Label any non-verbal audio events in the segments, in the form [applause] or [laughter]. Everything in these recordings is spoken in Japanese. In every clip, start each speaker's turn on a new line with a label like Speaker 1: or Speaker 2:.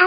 Speaker 1: ア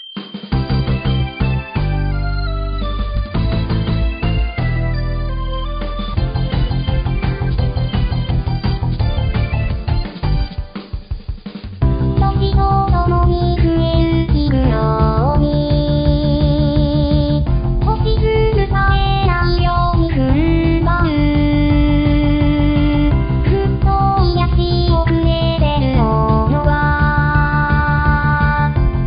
Speaker 1: 時とともに増える日々に星しずつえないように踏ん張るふっと癒し遅れてるものは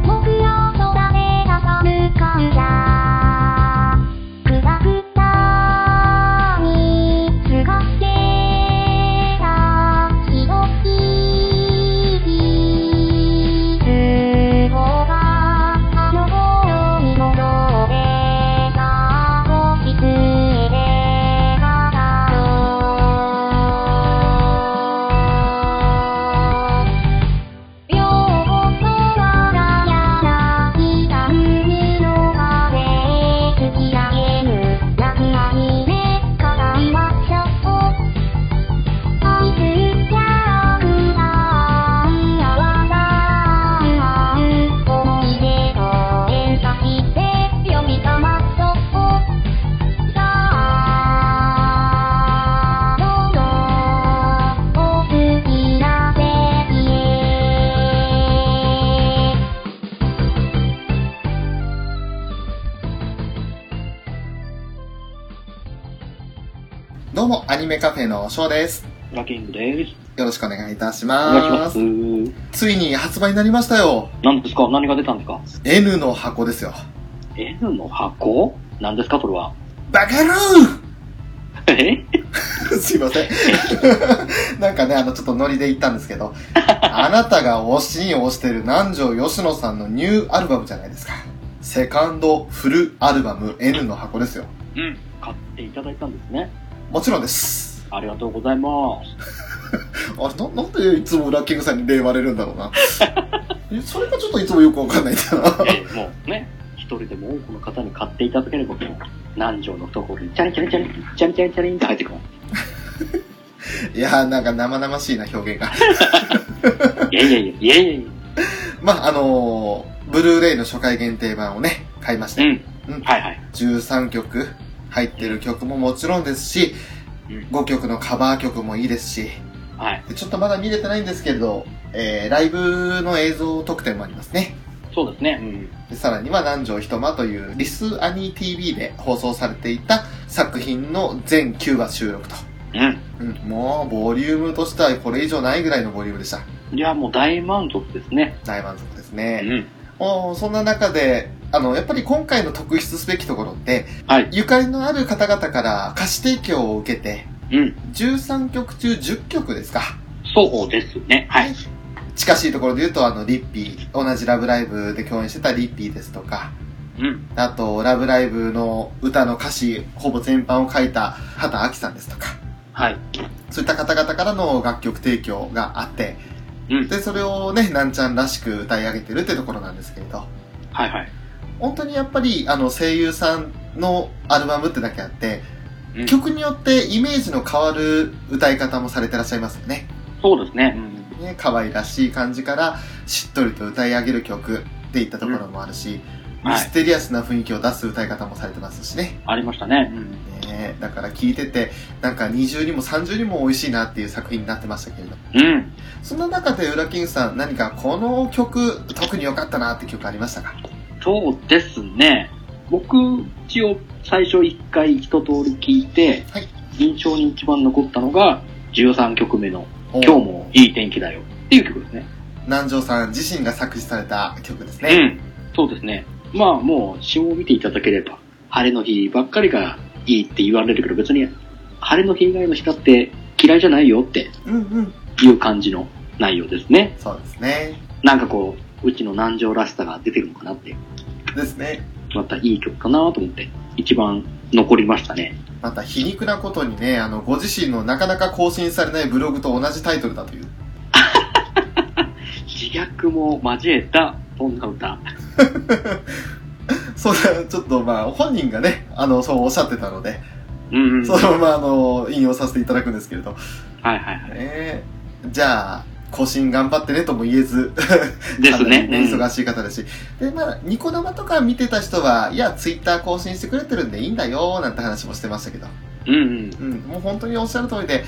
Speaker 1: 僕ら空で挟む感謝くたくたに過ごしてたひどき日々があの頃に戻ってた星つえで語ろう両方空が柳田海の風へ突き上げる夏アニメからいましょう愛するキャラクターあわだ思い出と連鎖して呼び覚まそうさあどうぞお好きな席へ
Speaker 2: どうも、アニメカフェの翔です。
Speaker 3: ラキングです。
Speaker 2: よろしくお願いいたし
Speaker 3: お
Speaker 2: ま
Speaker 3: 願い
Speaker 2: す。
Speaker 3: します。
Speaker 2: ついに発売になりましたよ。
Speaker 3: 何ですか何が出たんですか
Speaker 2: N の箱ですよ。
Speaker 3: ?N の箱何ですかそれは。
Speaker 2: バカ野
Speaker 3: え
Speaker 2: 郎 [laughs] すいません。 [laughs] なんかね、あの、ちょっとノリで言ったんですけ
Speaker 3: [laughs]
Speaker 2: ど、あなたが推しに推してる南條吉野さんのニューアルバムじゃないですか。セカンドフルアルバム N の箱ですよ。
Speaker 3: うん。買っていただいたんですね。
Speaker 2: もちろんです。
Speaker 3: ありがとうございます。
Speaker 2: あれ、な、なんでいつもラッキングさんに礼言われるんだろう
Speaker 3: [laughs]
Speaker 2: な。それがちょっといつもよくわかんないんだな。
Speaker 3: えーもうね、一人でも多くの方に買っていただければ、この南條の懐にチャリンチャリンチャリン、チャリンチャリンチャリンって入ってくる。
Speaker 2: いやー、なんか生々しいな、表現が。
Speaker 3: いやいやいや、いやいやい
Speaker 2: まあ、あのーブルーレイの初回限定版をね、買いました。
Speaker 3: や。うん。
Speaker 2: うん
Speaker 3: はいはい。
Speaker 2: 13曲入ってる曲ももちろんですし、
Speaker 3: うん
Speaker 2: 5曲のカバー曲もいいですし、
Speaker 3: はい。
Speaker 2: でちょっとまだ見れてないんですけれど、えー、ライブの映像特典もありますね。
Speaker 3: そうですね。うん。
Speaker 2: でさらには南條ひとまというリスアニ TV で放送されていた作品の全9話収録と。
Speaker 3: う
Speaker 2: うん、もう、ボリュームとしてはこれ以上ないぐらいのボリュームでした。
Speaker 3: ん。いや、もう大満足ですね。
Speaker 2: 大満足です
Speaker 3: う
Speaker 2: ね。
Speaker 3: ん。
Speaker 2: おーそんな中で、あの、やっぱり今回の特筆すべきところって、
Speaker 3: はい
Speaker 2: ゆかりのある方々から歌詞提供を受けて、
Speaker 3: うん。
Speaker 2: 13曲中10曲ですか。
Speaker 3: そうですね。はい。
Speaker 2: 近しいところで言うと、あの、リッピー、同じラブライブで共演してたリッピーですとか、
Speaker 3: うん。
Speaker 2: あと、ラブライブの歌の歌詞、ほぼ全般を書いた畑明さんですとか、
Speaker 3: はい。
Speaker 2: そういった方々からの楽曲提供があって、
Speaker 3: うん
Speaker 2: で、それをね、なんちゃんらしく歌い上げてるってところなんですけれど、
Speaker 3: はいはい。
Speaker 2: 本当にやっぱりあの声優さんのアルバムってだけあって、
Speaker 3: うん
Speaker 2: 曲によってイメージの変わる歌い方もされてらっしゃいますよね
Speaker 3: そうですね。うん。
Speaker 2: ね可愛らしい感じからしっとりと歌い上げる曲っていったところもあるし、ミ
Speaker 3: はい
Speaker 2: ス。テリアスな雰囲気を出す歌い方もされてますしね
Speaker 3: ありましたね。
Speaker 2: ねだから聴いててなんか二重にも三重にも美味しいなっていう作品になってましたけれど
Speaker 3: うん。
Speaker 2: その中で裏金さん何かこの曲特に良かったなって曲ありましたか
Speaker 3: そうですね。僕、一応、最初一回一通り聞いて、
Speaker 2: はい
Speaker 3: 印象に一番残ったのが、13曲目の、
Speaker 2: お
Speaker 3: 今日もいい天気だよっていう曲ですね。
Speaker 2: 南條さん自身が作詞された曲です
Speaker 3: う
Speaker 2: ね、
Speaker 3: ん。そうですね。まあ、もう、詩を見ていただければ、晴れの日ばっかりがいいって言われるけど、別に、晴れの日以外の日だって嫌いじゃないよって
Speaker 2: うん、うん
Speaker 3: いう感じの内容ですね。
Speaker 2: そうですね
Speaker 3: なんかこう、うちの南條らしさが出てるのかなって
Speaker 2: ですね
Speaker 3: またいい曲かなと思って、一番残りましたね。
Speaker 2: また皮肉なことにねあのご自身のなかなか更新されないブログと同じタイトルだという
Speaker 3: 自虐も交えた、そんな歌。
Speaker 2: そうだちょっとまあ本人がねあのそうおっしゃってたので、
Speaker 3: うん、うん。
Speaker 2: そのままあの引用させていただくんですけれど、
Speaker 3: はいはいはい。
Speaker 2: えーじゃあ更新頑張ってねとも言えず、
Speaker 3: ですね。
Speaker 2: かなり
Speaker 3: うん
Speaker 2: 忙しい方だし。で、まあ、ニコ生とか見てた人は、いや、ツイッター更新してくれてるんでいいんだよ、なんて話もしてましたけど。
Speaker 3: うんうん。
Speaker 2: うん、もう本当におっしゃる通りで、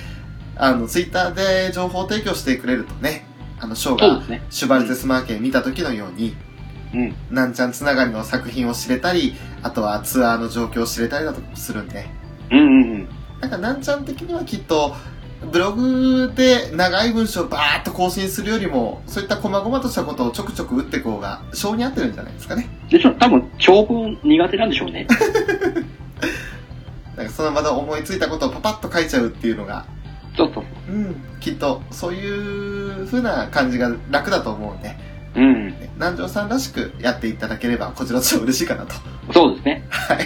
Speaker 2: あの、ツイッターで情報提供してくれるとね、あの、ショー
Speaker 3: そう
Speaker 2: が
Speaker 3: ですね。
Speaker 2: シュバルツェスマーケン見た時のように、
Speaker 3: うん。
Speaker 2: なんちゃんつながりの作品を知れたり、あとはツアーの状況を知れたりだとかもするんで、
Speaker 3: うんうんうん。
Speaker 2: なんかなんちゃん的にはきっと、ブログで長い文章をバーッと更新するよりも、そういった細々としたことをちょくちょく打っていく方が、性に合ってるんじゃないですかね。
Speaker 3: でしょ、多分、長文苦手なんでしょうね。
Speaker 2: なんかその場で思いついたことをパパッと書いちゃうっていうのが、
Speaker 3: そうそう。
Speaker 2: うん、きっとそういう風な感じが楽だと思うんで、
Speaker 3: うん。
Speaker 2: 南條さんらしくやっていただければ、こちらとしては嬉しいかなと。
Speaker 3: そうですね。
Speaker 2: はい。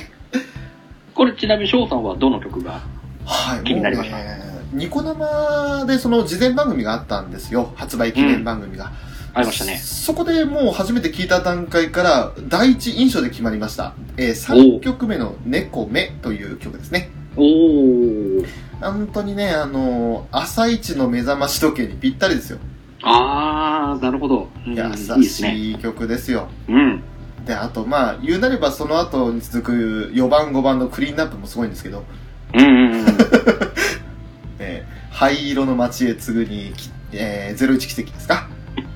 Speaker 3: これちなみに翔さんはどの曲が
Speaker 2: はい。
Speaker 3: 気になりました
Speaker 2: もうねニコ生でその事前番組があったんですよ。発売記念番組が。
Speaker 3: ありましたね。
Speaker 2: そこでもう初めて聞いた段階から、第一印象で決まりました。えー、3曲目の猫目という曲ですね。
Speaker 3: おー。
Speaker 2: 本当にね、あのー朝一の目覚まし時計にぴったりですよ。
Speaker 3: あー、なるほど。うん、
Speaker 2: 優
Speaker 3: いですね。
Speaker 2: しい曲ですよ。
Speaker 3: うん。
Speaker 2: で、あとまあ、言うなればその後に続く4番5番のクリーンナップもすごいんですけど、
Speaker 3: うんうん
Speaker 2: [laughs]
Speaker 3: うん。
Speaker 2: えー灰色の街へ次ぐに、きえー、01奇跡ですか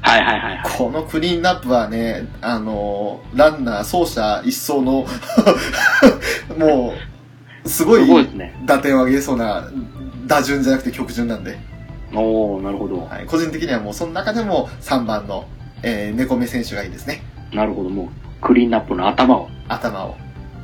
Speaker 3: はいはいはいはい。
Speaker 2: このクリーンナップはね、あのーランナー、走者一層の、 [laughs] もう、すごい
Speaker 3: すごいですね。
Speaker 2: 打点を上げそうな、打順じゃなくて曲順なんで、
Speaker 3: おー、なるほど。
Speaker 2: はい個人的にはもうその中でも3番の、えー、猫目選手がいいですね。
Speaker 3: なるほど。もう、クリーンナップの頭を。
Speaker 2: 頭を。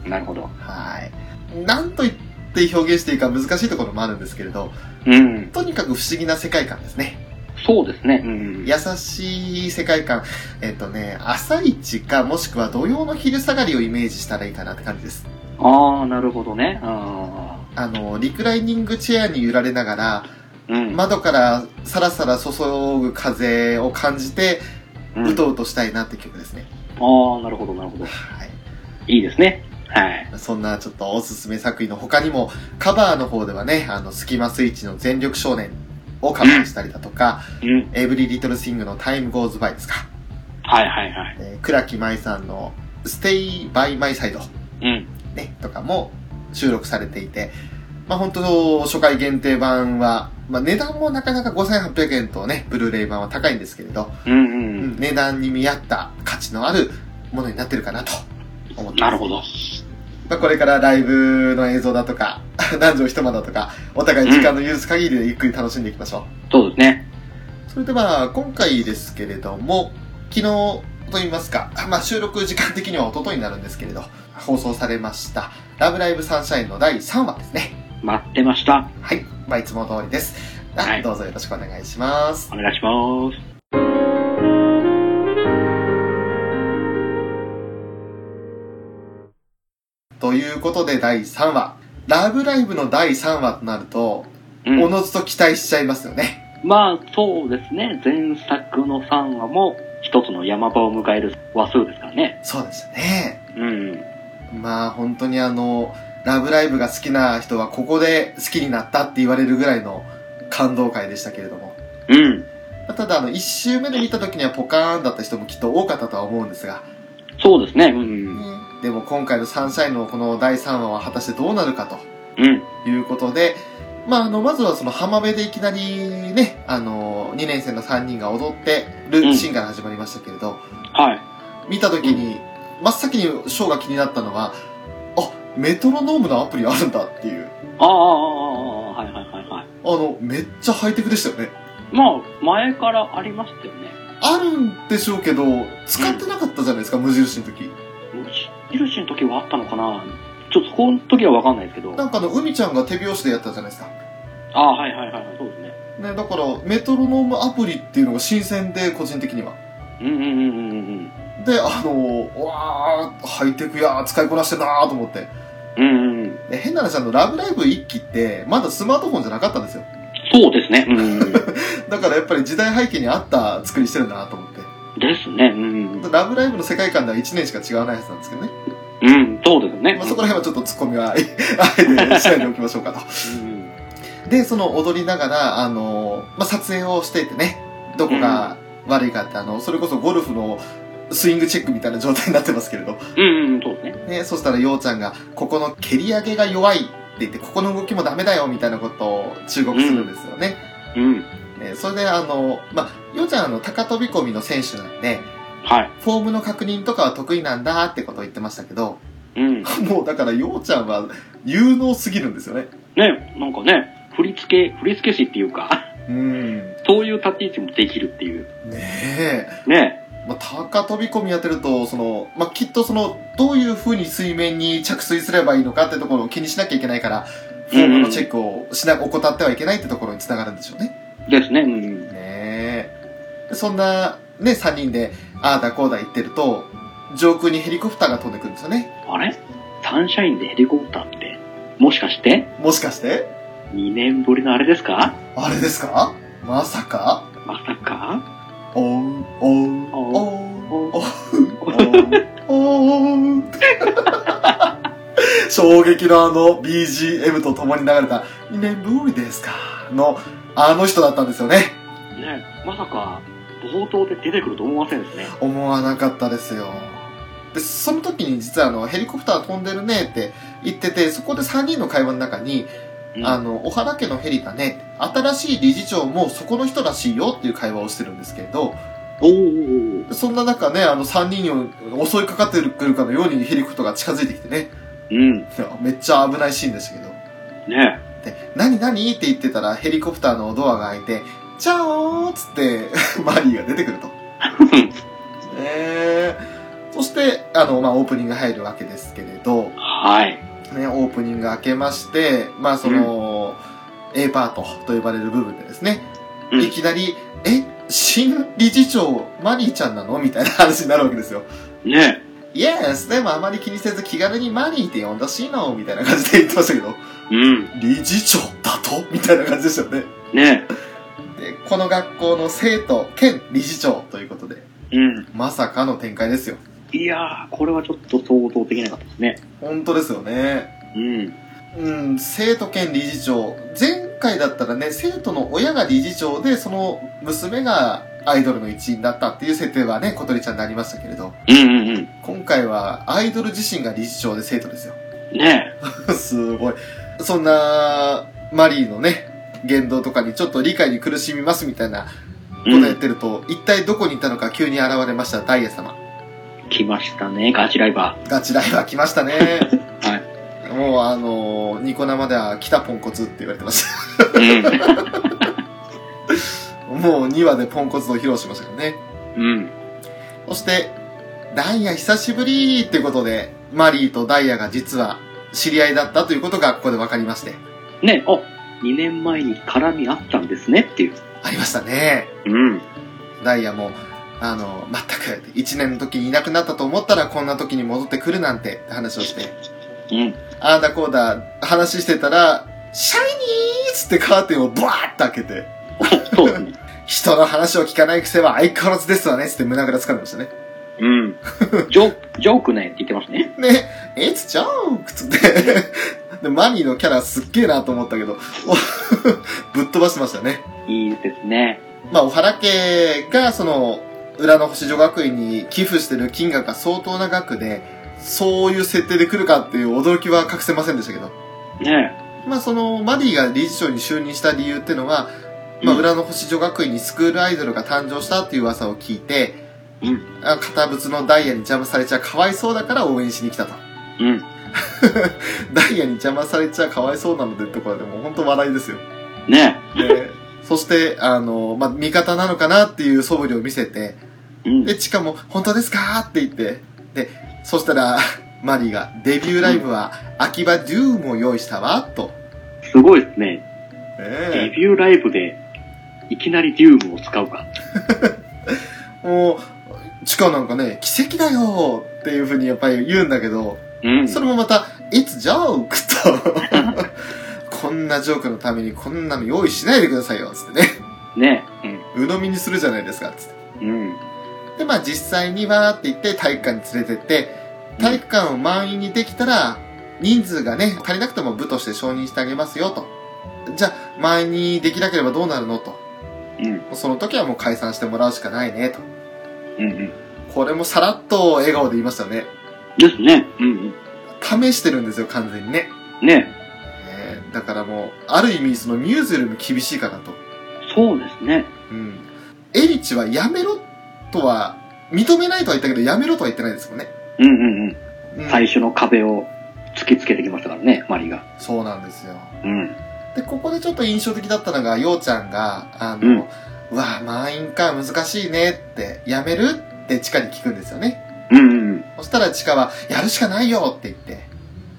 Speaker 3: なるほど。
Speaker 2: はい。なんと言って表現していいか難しいところもあるんですけれど、
Speaker 3: うん。
Speaker 2: とにかく不思議な世界観ですね。
Speaker 3: そうですね。うん。
Speaker 2: 優しい世界観。えっとね、朝一かもしくは土曜の昼下がりをイメージしたらいいかなって感じです。
Speaker 3: あー、なるほどね。あ
Speaker 2: あの、リクライニングチェアに揺られながら、
Speaker 3: ー。うん。
Speaker 2: 窓からさらさら注ぐ風を感じて、
Speaker 3: うん、
Speaker 2: うとうとしたいなって曲ですね。
Speaker 3: あー、なるほど、なるほど。
Speaker 2: はい。
Speaker 3: いいですね。はい。
Speaker 2: そんなちょっとおすすめ作品の他にも、カバーの方ではね、あの、スキマスイッチの全力少年をカバーしたりだとか、
Speaker 3: うん。
Speaker 2: エブリリトルシングのタイムゴーズバイですか、
Speaker 3: はいはいはい。
Speaker 2: えー、倉木舞さんのステイバイマイサイド。
Speaker 3: うん。
Speaker 2: ね、とかも収録されていて、まあ本当、初回限定版は、まあ値段もなかなか5800円とね、ブルーレイ版は高いんですけれど、
Speaker 3: うんう
Speaker 2: うん
Speaker 3: ん。
Speaker 2: 値段に見合った価値のあるものになってるかなと思ってます。
Speaker 3: なるほど。
Speaker 2: まあこれからライブの映像だとか、 [laughs] 男女一間だとか、お互い時間の許す限りでゆっくり楽しんでいきましょ
Speaker 3: そうですね。
Speaker 2: う。それでは、今回ですけれども、昨日と言いますか、まあ収録時間的には一昨日になるんですけれど、放送されました、ラブライブサンシャインの第3話ですね。
Speaker 3: 待ってました。
Speaker 2: はい、まあ、いつも通りです。あ
Speaker 3: はい
Speaker 2: どうぞよろしくお願いします。
Speaker 3: お願いします。
Speaker 2: ということで第3話。ラブライブの第3話となると、
Speaker 3: うん
Speaker 2: おのずと期待しちゃいますよね。
Speaker 3: まあ、そうですね。前作の3話も一つの山場を迎える話数ですからね。
Speaker 2: そうでしたね。
Speaker 3: うん。
Speaker 2: まあ本当にあの、ラブライブが好きな人はここで好きになったって言われるぐらいの感動会でしたけれども。
Speaker 3: うん。
Speaker 2: ただあの、1周目で見た時にはポカーンだった人もきっと多かったとは思うんですが、
Speaker 3: そうですね。うん。
Speaker 2: でも今回のサンシャインのこの第3話は果たしてどうなるかと。
Speaker 3: うん。
Speaker 2: ということで、まあ、あの、まずはその浜辺でいきなりね、あの、2年生の3人が踊ってるシーンから始まりましたけれど、
Speaker 3: はい。
Speaker 2: 見た時に、真っ先にショーが気になったのは、あ、メトロノームのアプリあるんだっていう。
Speaker 3: ああ、ああ、ああ、はいはいはいは
Speaker 2: あ
Speaker 3: い。
Speaker 2: の、めっちゃハイテクでしたよね。
Speaker 3: まあ、前からありましたよね。
Speaker 2: あるんでしょうけど、使ってなかったじゃないですか、無印の時。
Speaker 3: 印の時はあったのかなちょっとそこの時はわかんないですけど。
Speaker 2: な
Speaker 3: あ
Speaker 2: んかあの、海ちゃんが手拍子でやったじゃないですか。
Speaker 3: あ、はいはいはいはい。そうですね。
Speaker 2: ね、だから、メトロノームアプリっていうのが新鮮で、個人的には。
Speaker 3: うんうんうんうんうん。
Speaker 2: で、あの、うわー、ハイテクやー、使いこなしてんなーと思って。
Speaker 3: うんうんうん。
Speaker 2: で変な話あの、ラブライブ一期って、まだスマートフォンじゃなかったんですよ。
Speaker 3: そうですね。うんうんうん。
Speaker 2: だからやっぱり時代背景に合った作りしてるんだなと思って。
Speaker 3: ですね。うんうん。
Speaker 2: ラブライブの世界観では1年しか違わないはずなんですけどね。
Speaker 3: うん、そうですね。
Speaker 2: まあ、そこら辺はちょっとツッコミ [laughs] は、あえてしないでおきましょうかと。
Speaker 3: うん
Speaker 2: で、その踊りながら、あのまあ、撮影をしていてね。どこが悪いかって、あの、それこそゴルフのスイングチェックみたいな状態になってますけれど。
Speaker 3: うん、うん、そうね。
Speaker 2: ね、そしたらようちゃんが、ここの蹴り上げが弱いって言って、ここの動きもダメだよみたいなことを忠告するんですよね。
Speaker 3: うん。
Speaker 2: ねそれであの、まあ、ようちゃんあの、高飛び込みの選手なんで、
Speaker 3: はい。
Speaker 2: フォームの確認とかは得意なんだってことを言ってましたけど、 [laughs]
Speaker 3: うん。
Speaker 2: もうだからようちゃんは有能すぎるんですよね。
Speaker 3: ね、なんかね、振り付け、振り付け師っていうか、 [laughs]
Speaker 2: うん。
Speaker 3: そういう立ち位置もできるっていう。
Speaker 2: ねえ。
Speaker 3: ね。
Speaker 2: まあ、高飛び込みやってると、その、まあ、きっとその、どういう風に水面に着水すればいいのかってところを気にしなきゃいけないから、フォームのチェックをしな、怠ってはいけないってところにつながるんでしょうね。
Speaker 3: ですね。うん。
Speaker 2: ねえ。そんな、ね、3人で、ああだこうだ言ってると、上空にヘリコプターが飛んでくるんですよね。
Speaker 3: あれサンシャインでヘリコプターって、もしかして、
Speaker 2: もしかして
Speaker 3: 2年ぶりのあれですか
Speaker 2: あれですかまさか
Speaker 3: まさか
Speaker 2: おん、おん、
Speaker 3: おん
Speaker 2: おん、
Speaker 3: お [laughs]
Speaker 2: おん、おん、おん。衝撃のあの BGM と共に流れた、2年ぶりですかの、あの人だったんですよね。
Speaker 3: ね、まさか、冒頭で出てくると思いませんですね。
Speaker 2: 思わなかったですよ。で、その時に実はあの、ヘリコプター飛んでるねって言ってて、そこで3人の会話の中に、
Speaker 3: うん
Speaker 2: あの、小原家のヘリがね、新しい理事長もそこの人らしいよっていう会話をしてるんですけれど、
Speaker 3: おー
Speaker 2: そんな中ね、あの、3人を襲いかかってくるかのようにヘリコプターが近づいてきてね、
Speaker 3: うん。
Speaker 2: いやめっちゃ危ないシーンでしたけど。
Speaker 3: ね [laughs]
Speaker 2: で、何何って言ってたらヘリコプターのドアが開いて、チャオーっつって、 [laughs] マリーが出てくると。えー、そして、あの、まあ、オープニング入るわけですけれど、
Speaker 3: はい。
Speaker 2: ね、オープニング開けまして、まあ、その、A パートと呼ばれる部分でですね、
Speaker 3: うん
Speaker 2: いきなり、え、新理事長、マリーちゃんなのみたいな話になるわけですよ。
Speaker 3: ね
Speaker 2: イエスでもあまり気にせず気軽にマリーって呼んだしいのみたいな感じで言ってましたけど、
Speaker 3: うん。
Speaker 2: 理事長だとみたいな感じでしたよね。
Speaker 3: ね
Speaker 2: で、この学校の生徒兼理事長ということで、
Speaker 3: うん。
Speaker 2: まさかの展開ですよ。
Speaker 3: いやー、これはちょっと想像できなかったですね。
Speaker 2: 本当ですよね。
Speaker 3: うん。
Speaker 2: うん、生徒兼理事長。前回だったらね、生徒の親が理事長で、その娘がアイドルの一員だったっていう設定はね、小鳥ちゃんになりましたけれど、
Speaker 3: うんうんうん。
Speaker 2: 今回はアイドル自身が理事長で生徒ですよ。 [laughs]
Speaker 3: ね
Speaker 2: すごい。そんな、マリーのね、言動とかにちょっと理解に苦しみますみたいなこと
Speaker 3: う
Speaker 2: やっ
Speaker 3: ん。
Speaker 2: てると、一体どこに行ったのか急に現れました、ダイエ様。
Speaker 3: 来ましたね、ガチライバ
Speaker 2: ガチライバー来ましたね。
Speaker 3: [laughs] は
Speaker 2: もうあのニコ生では来たポンコツって言われてました。
Speaker 3: ー。
Speaker 2: もう2話でポンコツを披露しましたからね。
Speaker 3: うん。 [laughs] うん。
Speaker 2: そして、ダイヤ久しぶりってことで、マリーとダイヤが実は知り合いだったということがここで分かりまして、
Speaker 3: ねあ、2年前に絡みあったんですねっていう。
Speaker 2: ありましたね。
Speaker 3: うん。 [laughs]
Speaker 2: ダイヤも、あの、全く、1年の時にいなくなったと思ったらこんな時に戻ってくるなんてって話をして、
Speaker 3: うん。
Speaker 2: あーだこうだ話してたら、シャイニーっつってカーテンをバーッと開けて、
Speaker 3: そうですね。
Speaker 2: 人の話を聞かない癖は相変わらずですわねっつって胸ぐらつかんでましたね。 [laughs]
Speaker 3: うん。ジョ、ジョークねって言ってますね。
Speaker 2: ね、It's joke! つって。で、マミーのキャラすっげえなと思ったけど、 [laughs] おぶっ飛ばしてましたね。
Speaker 3: いいですね。
Speaker 2: まあ、お原家が、その、裏の星女学院に寄付してる金額が相当な額で、そういう設定で来るかっていう驚きは隠せませんでしたけど。
Speaker 3: ね
Speaker 2: まあ、その、マディが理事長に就任した理由っていうのは、まあ、裏の星女学院にスクールアイドルが誕生したっていう噂を聞いて、
Speaker 3: うん
Speaker 2: あ堅物のダイヤに邪魔されちゃかわいそうだから応援しに来たと。
Speaker 3: うん。
Speaker 2: ダイヤに邪魔されちゃかわいそうなのでってところでもう本当笑いですよ。
Speaker 3: ね
Speaker 2: でそして、あの、まあ、味方なのかなっていう素振りを見せて、
Speaker 3: うん。
Speaker 2: で、チカも、本当ですかって言って、で、そしたら、 [laughs] マリーが、デビューライブは、秋葉デュームを用意したわ、と。
Speaker 3: すごいですね。デ
Speaker 2: え
Speaker 3: ビューライブで、いきなりデュームを使うか。
Speaker 2: えもう、チカなんかね、奇跡だよっていうふうにやっぱり言うんだけど、
Speaker 3: うん。
Speaker 2: それもまた、It's joke! と。 [laughs] こんなジョークのためにこんなの用意しないでくださいよ、つってね。 [laughs]
Speaker 3: ね
Speaker 2: 鵜呑みにするじゃないですか、つって。
Speaker 3: うん。
Speaker 2: で、まあ実際にはって言って体育館に連れてって、体育館を満員にできたら、人数がね、足りなくても部として承認してあげますよと。じゃあ、満員にできなければどうなるのと。
Speaker 3: ううん。
Speaker 2: その時はもう解散してもらうしかないねと。
Speaker 3: うんうん。
Speaker 2: これもさらっと笑顔で言いましたね。
Speaker 3: ですね。うん
Speaker 2: 試してるんですよ、完全にね。
Speaker 3: うん。ね
Speaker 2: えーだからもう、ある意味そのミューズよりも厳しいかなと。
Speaker 3: そうですね。
Speaker 2: うん。エリチはやめろとは、認めないとは言ったけど、やめろとは言ってないですもんね。
Speaker 3: うんうんうん。
Speaker 2: うん、
Speaker 3: 最初の壁を突きつけてきましたからね、マリが。
Speaker 2: そうなんですよ。
Speaker 3: うん。
Speaker 2: で、ここでちょっと印象的だったのが、ようちゃんが、あの、
Speaker 3: う
Speaker 2: うんわあ、満員か、難しいねって、やめるってチカに聞くんですよね。
Speaker 3: うんうん
Speaker 2: そしたらチカは、やるしかないよって言って。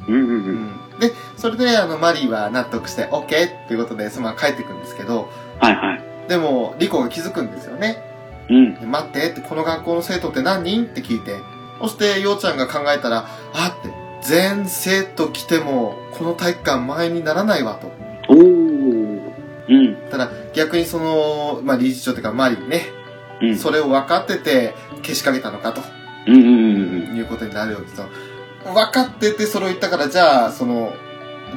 Speaker 3: うん。うんうん
Speaker 2: う
Speaker 3: うん。
Speaker 2: ん。で、それで、あの、マリーは納得して、オッケーっていうことで、そのまま帰ってくんですけど、
Speaker 3: はいはい。
Speaker 2: でも、リコが気づくんですよね。
Speaker 3: うん。
Speaker 2: で待ってって、この学校の生徒って何人って聞いて、そして、ようちゃんが考えたら、あって、全生徒来ても、この体育館前にならないわと。
Speaker 3: おー。うん。
Speaker 2: ただ、逆にその、まあ、理事長というか、マリーね、
Speaker 3: うん。
Speaker 2: それを分かってて、けしかけたのかと
Speaker 3: うんうんうんうん。
Speaker 2: いうことになるようですと。分かってて、それを言ったから、じゃあ、その、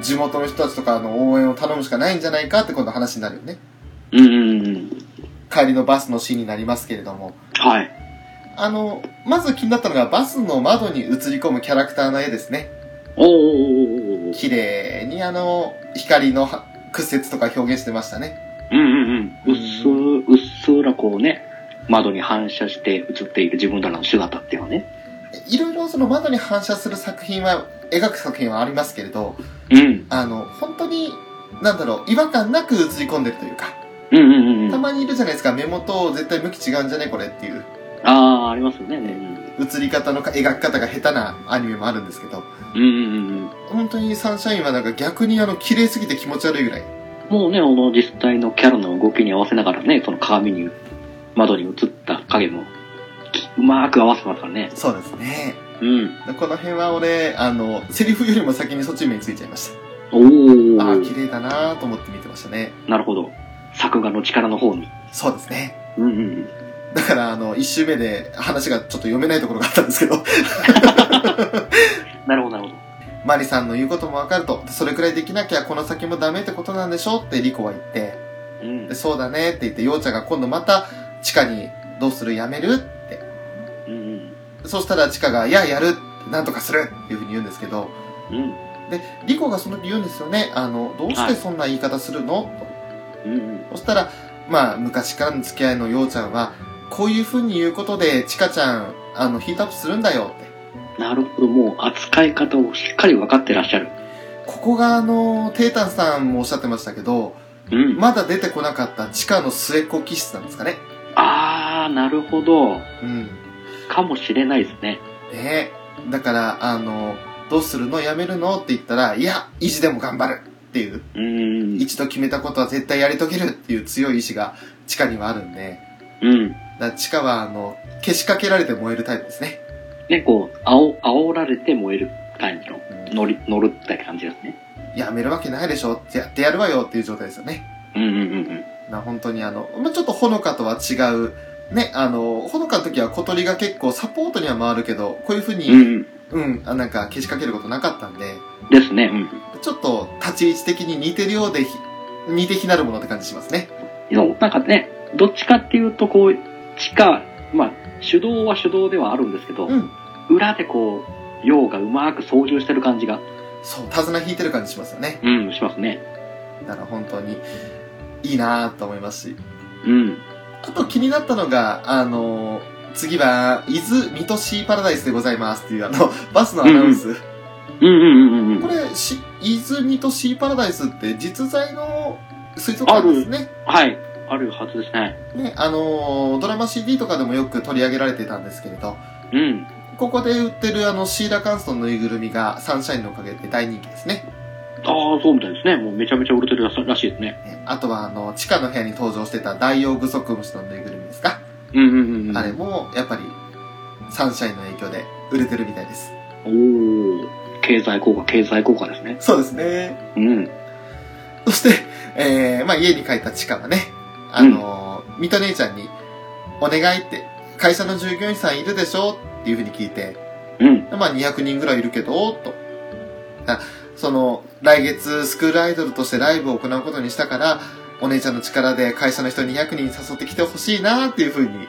Speaker 2: 地元の人たちとかの応援を頼むしかないんじゃないかって今度話になるよね。
Speaker 3: うんうんうん。
Speaker 2: 帰りのバスのシーンになりますけれども。
Speaker 3: はい。
Speaker 2: あの、まず気になったのがバスの窓に映り込むキャラクターの絵ですね。
Speaker 3: おーおーおーおーおー。
Speaker 2: 綺麗にあの、光のは屈折とか表現してましたね。
Speaker 3: うんうんうん。うっす、うっすらこうね、窓に反射して映っている自分らの姿っていうのはね。
Speaker 2: いろいろその窓に反射する作品は、描く作品はありますけれど、
Speaker 3: うん。
Speaker 2: あの、本当に、なんだろう、違和感なく映り込んでるというか、
Speaker 3: うんうんうんう
Speaker 2: た
Speaker 3: ん。あ
Speaker 2: まにいるじゃないですか、目元絶対向き違うんじゃねこれっていう、
Speaker 3: あー、ありますよね。うん
Speaker 2: 映り方のか描き方が下手なアニメもあるんですけど、
Speaker 3: うんうんうん。
Speaker 2: 本当にサンシャインはなんか逆にあの、綺麗すぎて気持ち悪いぐらい。
Speaker 3: もうね、あの実際のキャラの動きに合わせながらね、その鏡に、窓に映った影も、きうまーく合わせてますからね。
Speaker 2: そうですね。
Speaker 3: うん。
Speaker 2: この辺は俺、あの、セリフよりも先にそっち目についちゃいました。
Speaker 3: お
Speaker 2: ああ、綺
Speaker 3: ー。
Speaker 2: 麗だなと思って見てましたね。
Speaker 3: なるほど。作画の力の方に。
Speaker 2: そうですね。
Speaker 3: うんうん。
Speaker 2: だから、あの、一周目で話がちょっと読めないところがあったんですけど、
Speaker 3: なるほど、なるほ
Speaker 2: マリさんの言うこともわかると、それくらいできなきゃこの先もダメってことなんでしょってリコは言って、
Speaker 3: ど。うん
Speaker 2: で。そうだねって言って、ヨウちゃんが今度また、チカに、どうするやめるって。
Speaker 3: うん
Speaker 2: そしたらチカが、いや、やるなんとかするっていうふうに言うんですけど、
Speaker 3: うん。うん。
Speaker 2: で、リコがその時言うんですよね。あの、どうしてそんな言い方するの、と。
Speaker 3: うん
Speaker 2: そしたら、まあ、昔からの付き合いのようちゃんは、こういう風に言うことで、ちかちゃん、あの、ヒートアップするんだよって。
Speaker 3: うん。なるほど。もう扱い方をしっかり分かってらっしゃる。
Speaker 2: ここが、あの、テータンさんもおっしゃってましたけど、
Speaker 3: うん。
Speaker 2: まだ出てこなかった地下の末っ子気質なんですかね。
Speaker 3: あー、なるほど。
Speaker 2: うん。
Speaker 3: かもしれないですね。
Speaker 2: ねえ。だから、あの、どうするのやめるのって言ったら、いや、維持でも頑張るっていう、
Speaker 3: うん。
Speaker 2: 一度決めたことは絶対やり遂げるっていう強い意志が、地下にはあるんで、
Speaker 3: うん。
Speaker 2: だから地下は、あの、けしかけられて燃えるタイプですね。
Speaker 3: ね、こう、あお、煽られて燃える感じの、
Speaker 2: うん
Speaker 3: 乗り、乗るって感じですね。
Speaker 2: やめるわけないでしょってやってやるわよっていう状態ですよね。
Speaker 3: うんうんうんうん。
Speaker 2: な本当にあの、まあ、ちょっとほのかとは違う。ね、あの、ほのかの時は小鳥が結構サポートには回るけど、こういうふう
Speaker 3: う
Speaker 2: に、
Speaker 3: ん、
Speaker 2: うん、あなんか、けしかけることなかったんで、
Speaker 3: ですね。うん。
Speaker 2: ちょっと立ち位置的に似てるようでひ、似て非なるものって感じしますね。
Speaker 3: そうなんかね、どっちかっていうと、こう、地下、まあ、手動は手動ではあるんですけど、
Speaker 2: うん。
Speaker 3: 裏でこう、用がうまく操縦してる感じが、
Speaker 2: そう、手綱引いてる感じしますよね。
Speaker 3: うん、しますね。
Speaker 2: だから本当に、いいなぁと思いますし。
Speaker 3: うん。
Speaker 2: あと気になったのが、あの、次は、伊豆、水戸シーパラダイスでございますっていう、あの、 [laughs] バスのアナウンス。
Speaker 3: うんうんうんうんう
Speaker 2: こ
Speaker 3: ん。
Speaker 2: れ、し、伊豆とシーパラダイスって実在の水族館ですね。
Speaker 3: はい。あるはずですね。
Speaker 2: ね、あのードラマ CD とかでもよく取り上げられてたんですけれど、
Speaker 3: うん。
Speaker 2: ここで売ってるあのシーラカンストのぬいぐるみがサンシャインのおかげで大人気ですね。
Speaker 3: ああ、そうみたいですね。もうめちゃめちゃ売れてるらしいですね。
Speaker 2: ねあとはあの、地下の部屋に登場してたダイオウグソクムシのぬいぐるみですか、
Speaker 3: うんうんうん。
Speaker 2: あれも、やっぱり、サンシャインの影響で売れてるみたいです。
Speaker 3: おー経済効果、経済効果ですね。
Speaker 2: そうですね。
Speaker 3: うん。
Speaker 2: そして、えー、まあ家に帰った地下はね、あのー、ミト姉ちゃんに、お願いって、会社の従業員さんいるでしょっていうふうに聞いて、
Speaker 3: うん。
Speaker 2: まあ200人ぐらいいるけど、と。あその、来月スクールアイドルとしてライブを行うことにしたから、お姉ちゃんの力で会社の人200人誘ってきてほしいなっていうふうに。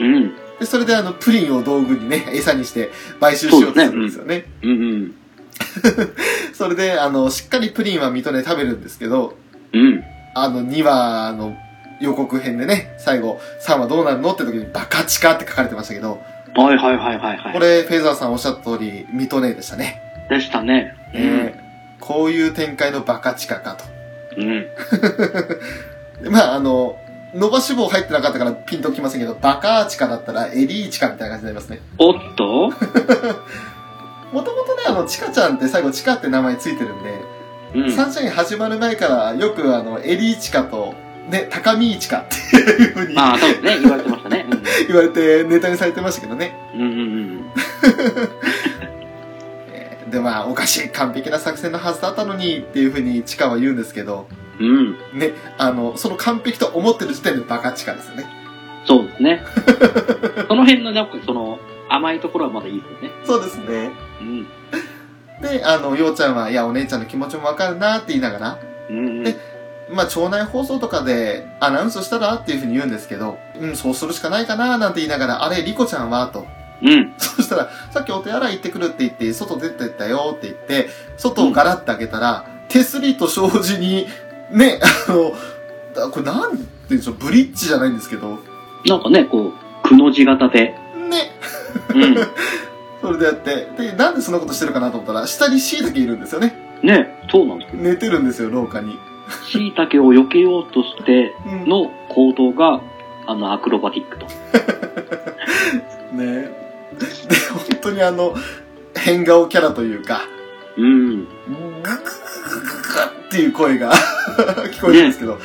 Speaker 3: うん。
Speaker 2: で、それであの、プリンを道具にね、 [laughs] 餌にして買収しようとするんですよね。
Speaker 3: うんうん。
Speaker 2: それで、あの、しっかりプリンは水戸で食べるんですけど、
Speaker 3: うん。
Speaker 2: あの、2話の予告編でね、最後、3話どうなるのって時にバカチカって書かれてましたけど、
Speaker 3: はいはいはいはいはい。
Speaker 2: これ、フェザーさんおっしゃった通り、ミトネでしたね。
Speaker 3: でしたね。
Speaker 2: えーこういう展開のバカチカかと。
Speaker 3: うん。うん。
Speaker 2: でまあ、あの、伸ばし棒入ってなかったからピンときませんけど、バカーチカだったらエリーチカみたいな感じになりますね。
Speaker 3: おっと
Speaker 2: もともとね、あの、チカちゃんって最後チカって名前ついてるんで、
Speaker 3: うん。
Speaker 2: サンシャイン始まる前からよくあの、エリーチカと、ね、高見チカっていう風に
Speaker 3: まあ、多分ね、言われてましたね。
Speaker 2: 言われてネタにされてましたけどね。
Speaker 3: うん。うんうん
Speaker 2: でまあおかしい完璧な作戦のはずだったのにっていうふうにチカは言うんですけど
Speaker 3: うん。うん。
Speaker 2: ねあのその完璧と思ってる時点でバカチカですよね
Speaker 3: そうです [laughs] ね。その辺の、なんかその、甘いところはまだいいですよね。
Speaker 2: そうですね
Speaker 3: うん。
Speaker 2: であのようちゃんはいやお姉ちゃんの気持ちもわかるなって言いながら
Speaker 3: うんうん
Speaker 2: で。まあ町内放送とかでアナウンスしたらっていうふうに言うんですけどうんそうするしかないかななんて言いながらあれリコちゃんはと
Speaker 3: うん。
Speaker 2: そしたらさっきお手洗い行ってくるって言って外出てったよって言って外をガラッと開けたら、手すりと障子にねあのだこれなんて言うんでしょうブリッジじゃないんですけど
Speaker 3: なんかね、こう、くの字型で。
Speaker 2: ね。
Speaker 3: うん。
Speaker 2: それでやって。で、なんでそんなことしてるかなと思ったら、下に椎茸いるんですよね。
Speaker 3: ね、そうなんですよ。
Speaker 2: 寝てるんですよ、廊下に。
Speaker 3: 椎茸を避けようとして
Speaker 2: うんね
Speaker 3: の行動が、あの、アクロバティックと。
Speaker 2: で、本当にあの、変顔キャラというか、
Speaker 3: う
Speaker 2: グ
Speaker 3: ん。
Speaker 2: ググググググっていう声が [laughs] 聞こえるんですけど、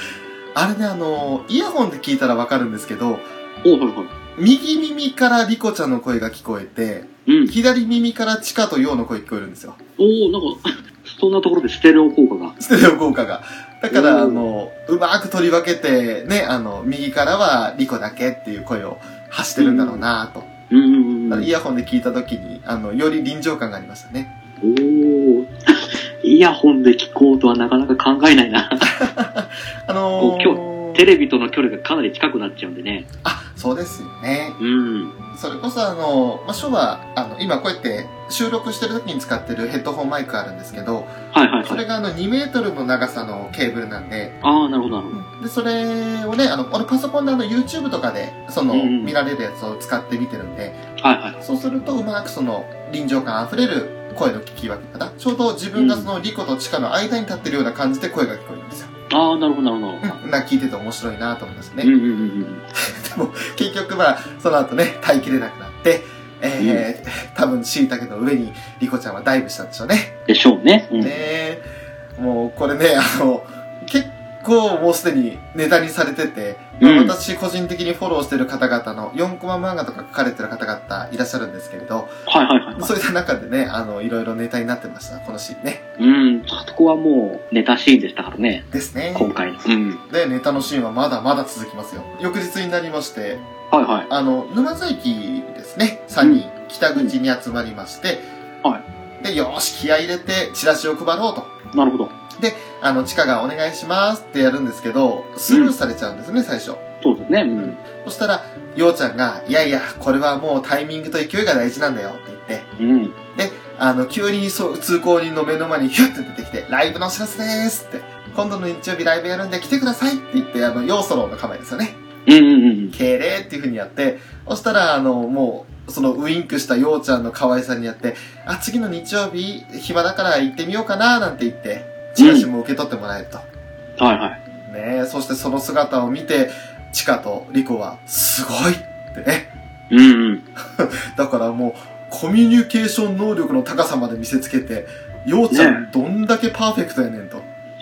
Speaker 2: あれね、あの、イヤホンで聞いたらわかるんですけど、
Speaker 3: おうはいは
Speaker 2: 右耳からリコちゃんの声が聞こえて、
Speaker 3: い。うん。
Speaker 2: 左耳からチカとヨウの声聞こえるんですよ。 [laughs]
Speaker 3: おおなんか、 [laughs] そんなところでステレオ効果が。
Speaker 2: ステレオ効果が。だから、あ
Speaker 3: うん
Speaker 2: の、うまく取り分けて、ね、あの、右からはリコだけっていう声を発してるんだろうなと。
Speaker 3: うんうんうん。
Speaker 2: イヤホンで聞いた時に、あの、より臨場感がありましたね。
Speaker 3: おお [laughs] イヤホンで聞こうとはなかなか考えない [laughs] な。
Speaker 2: あのー、
Speaker 3: テレビとの距離がかなり近くなっちゃうんでね。
Speaker 2: あ、そうですよね。
Speaker 3: うん。
Speaker 2: それこそあの、まあ、ショーは、あの、今こうやって収録してる時に使ってるヘッドホンマイクあるんですけど、
Speaker 3: はいはい
Speaker 2: そ
Speaker 3: は
Speaker 2: れ
Speaker 3: い。
Speaker 2: があの、2メートルの長さのケーブルなんで、
Speaker 3: ああ、なるほどなるほど。
Speaker 2: で、それをね、あの、俺パソコンであの YouTube とかで、その、
Speaker 3: うんうん
Speaker 2: 見られるやつを使って見てるんで、
Speaker 3: はいはい。
Speaker 2: そうするとうまくその臨場感あふれる声の聞き分け方ちょうど自分がそのリコとチカの間に立ってるような感じで声が聞こえるんですよ。
Speaker 3: ああ、なるほどなるほ
Speaker 2: うん、な聞いてて面白いなと思いますね。
Speaker 3: ど。うんうんうんうん。
Speaker 2: 結局まあその後ね耐えきれなくなって、えー多分椎茸の上にリコちゃんはダイブしたんでしょうね。
Speaker 3: でしょうね。うん。
Speaker 2: ねえもうこれねあの結構もうすでにネタにされてて、まあ
Speaker 3: うん
Speaker 2: 私個人的にフォローしてる方々の4コマ漫画とか書かれてる方々いらっしゃるんですけれど、
Speaker 3: はいはいはい。
Speaker 2: そういった中でね、あの、いろいろネタになってました、このシーンね。
Speaker 3: うん。そこはもうネタシーンでしたからね。
Speaker 2: ですね。
Speaker 3: 今回の。うん。
Speaker 2: で、ネタのシーンはまだまだ続きますよ。翌日になりまして、
Speaker 3: はいはい。
Speaker 2: あの、沼津駅ですね、3人、北口に集まりまして、
Speaker 3: は
Speaker 2: で、よーし、気合い入れて、チラシを配ろうと。
Speaker 3: なるほど。
Speaker 2: あの、地下がお願いしますってやるんですけど、スルーされちゃうんですね、最初。
Speaker 3: そうですね。うん。
Speaker 2: そしたら、ようちゃんが、いやいや、これはもうタイミングと勢いが大事なんだよって言って、
Speaker 3: うん。
Speaker 2: あの、急にそう通行人の目の前にヒュッて出てきて、ライブのお知らせですって、今度の日曜日ライブやるんで来てくださいって言って、あの、要素論の構えですよね。
Speaker 3: うんうんうん。
Speaker 2: 敬礼っていう風にやって、そしたら、あの、もう、そのウインクしたようちゃんの可愛さにやって、あ、次の日曜日、暇だから行ってみようかな、なんて言って、チラシも受け取ってもらえると。
Speaker 3: はいはい。
Speaker 2: ねえ、そしてその姿を見て、チカとリコは、すごいってね。
Speaker 3: うんうん。
Speaker 2: だからもう、コミュニケーション能力の高さまで見せつけて、ようちゃん、どんだけパーフェクトやねんと。